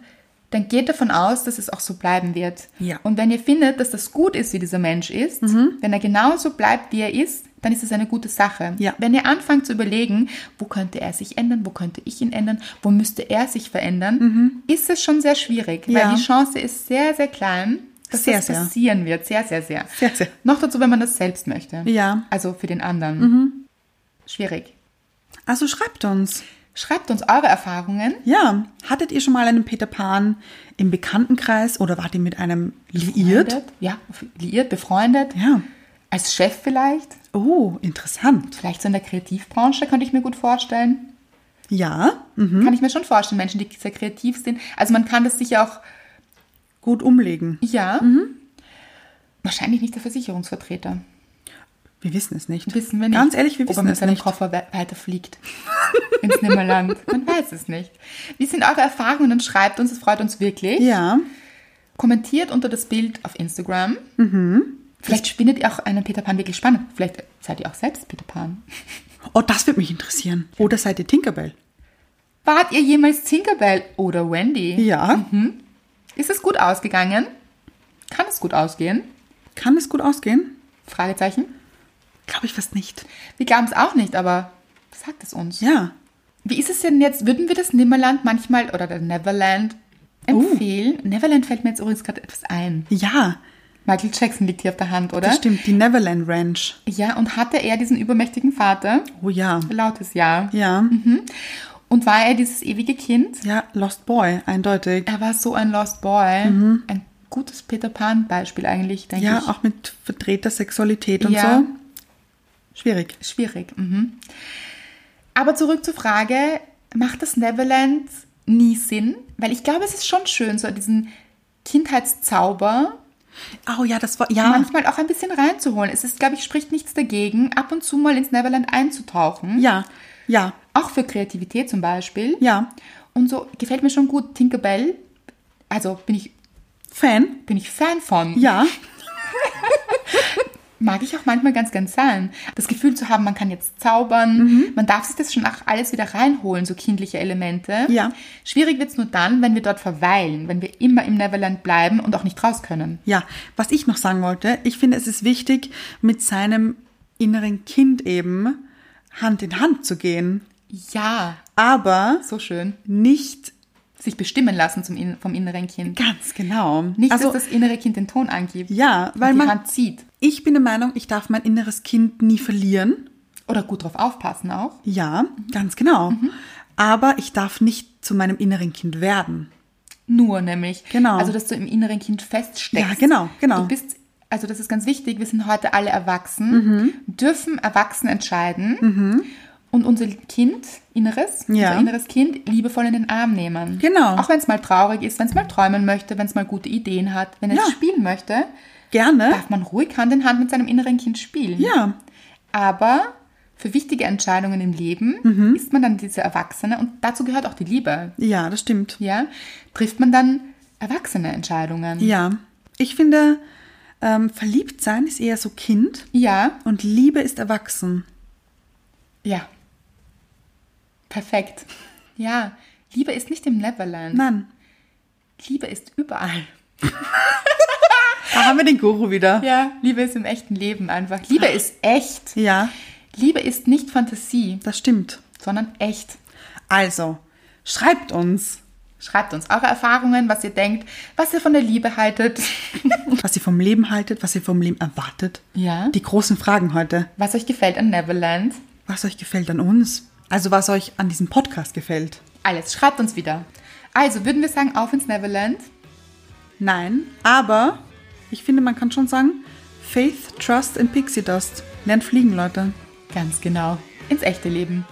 dann geht davon aus, dass es auch so bleiben wird. Ja. Mhm. Und wenn ihr findet, dass das gut ist, wie dieser Mensch ist, wenn er genauso bleibt, wie er ist, dann ist es eine gute Sache. Ja. Wenn ihr anfangt zu überlegen, wo könnte er sich ändern, wo könnte ich ihn ändern, wo müsste er sich verändern, ist es schon sehr schwierig, Mhm. Ja. weil die Chance ist sehr, sehr klein, dass Sehr, das sehr. passieren wird. Sehr, sehr, sehr. Sehr, sehr. Noch dazu, wenn man das selbst möchte. Ja. Mhm. Also für den anderen. Schwierig. Also schreibt uns. Schreibt uns eure Erfahrungen. Ja, hattet ihr schon mal einen Peter Pan im Bekanntenkreis oder wart ihr mit einem liiert? Befreundet? Ja, liiert, befreundet. Ja. Als Chef vielleicht. Oh, interessant. Vielleicht so in der Kreativbranche, könnte ich mir gut vorstellen. Ja, mhm. Kann ich mir schon vorstellen, Menschen, die sehr kreativ sind. Also man kann das sicher auch, gut umlegen. ja, Mhm. wahrscheinlich nicht der Versicherungsvertreter. Wir wissen es nicht. Wissen wir nicht. Ganz ehrlich, wir Ob er wissen mit es seinem nicht. Koffer we weiterfliegt. Ins Nimmerland. Man weiß es nicht. Wie sind eure Erfahrungen? Dann schreibt uns, es freut uns wirklich. Ja, Kommentiert unter das Bild auf Instagram. Mhm. Vielleicht findet ihr auch einen Peter Pan wirklich spannend. Vielleicht seid ihr auch selbst Peter Pan. oh, das würde mich interessieren. Oder seid ihr Tinkerbell? Wart ihr jemals Tinkerbell oder Wendy? Ja, Mhm. Ist es gut ausgegangen? Kann es gut ausgehen? kann es gut ausgehen? Fragezeichen. Glaube ich fast nicht. Wir glauben es auch nicht, aber sagt es uns. Ja, Wie ist es denn jetzt? Würden wir das Nimmerland manchmal oder der Neverland Uh. empfehlen? Neverland fällt mir jetzt übrigens gerade etwas ein. ja, Michael Jackson liegt hier auf der Hand, oder? das stimmt. Die Neverland Ranch. Ja, und hatte er diesen übermächtigen Vater? Oh ja, Lautes Ja. ja, Mhm. Und war er dieses ewige Kind? ja, Lost Boy, eindeutig. Er war so ein Lost Boy. Ein gutes Peter Pan-Beispiel eigentlich, denke Mhm. Ja, ich. auch mit verdrehter Sexualität und Ja. so. Schwierig. Schwierig. Mhm. Aber zurück zur Frage, macht das Neverland nie Sinn? Weil ich glaube, es ist schon schön, so diesen Kindheitszauber Oh ja, das war, ja, manchmal auch ein bisschen reinzuholen. Es ist, glaube ich, spricht nichts dagegen, ab und zu mal ins Neverland einzutauchen. ja, ja, Auch für Kreativität zum Beispiel. ja. Und so gefällt mir schon gut Tinkerbell. Also bin ich, Fan? bin ich Fan von. Ja, Mag ich auch manchmal ganz gern sein. Das Gefühl zu haben, man kann jetzt zaubern, Mhm. man darf sich das schon auch alles wieder reinholen, so kindliche Elemente. Ja. Schwierig wird's nur dann, wenn wir dort verweilen, wenn wir immer im Neverland bleiben und auch nicht raus können. ja. Was ich noch sagen wollte, ich finde, es ist wichtig, mit seinem inneren Kind eben Hand in Hand zu gehen, Ja, aber so schön. nicht Sich bestimmen lassen zum, In- vom inneren Kind. ganz genau. Nicht, also, dass das innere Kind den Ton angibt. ja, weil und die man, Hand zieht. ich bin der Meinung, ich darf mein inneres Kind nie verlieren. Oder gut drauf aufpassen auch. Ja, ganz genau. Mhm. Aber ich darf nicht zu meinem inneren Kind werden. Nur nämlich. Genau. Also, dass du im inneren Kind feststeckst. Ja, genau, genau. Du bist also das ist ganz wichtig, wir sind heute alle Mhm. erwachsen, dürfen erwachsen entscheiden und unser Kind, Inneres, Ja. unser inneres Kind liebevoll in den Arm nehmen. Genau. Auch wenn es mal traurig ist, wenn es mal träumen möchte, wenn es mal gute Ideen hat, wenn es Ja. spielen möchte, Gerne. darf man ruhig Hand in Hand mit seinem inneren Kind spielen. Ja, Aber für wichtige Entscheidungen im Leben Mhm. ist man dann diese Erwachsene und dazu gehört auch die Liebe. ja, das stimmt. Ja, trifft man dann erwachsene Entscheidungen. Ja. Ich finde, ähm, verliebt sein ist eher so Kind Ja, und Liebe ist erwachsen. ja. Perfekt. Ja, Liebe ist nicht im Neverland. Nein. Liebe ist überall. Da haben wir den Guru wieder. Ja, Liebe ist im echten Leben einfach. Liebe ist echt. Ja, Liebe ist nicht Fantasie, das stimmt. sondern echt. Also, schreibt uns, Schreibt uns eure Erfahrungen, was ihr denkt, was ihr von der Liebe haltet. was ihr vom Leben haltet, was ihr vom Leben erwartet. Ja. Die großen Fragen heute. Was euch gefällt an Neverland. Was euch gefällt an uns? Also, was euch an diesem Podcast gefällt? Alles, schreibt uns wieder. Also würden wir sagen, auf ins Neverland. Nein, aber ich finde, man kann schon sagen, Faith, Trust and Pixie Dust. Lernt fliegen, Leute. Ganz genau. Ins echte Leben.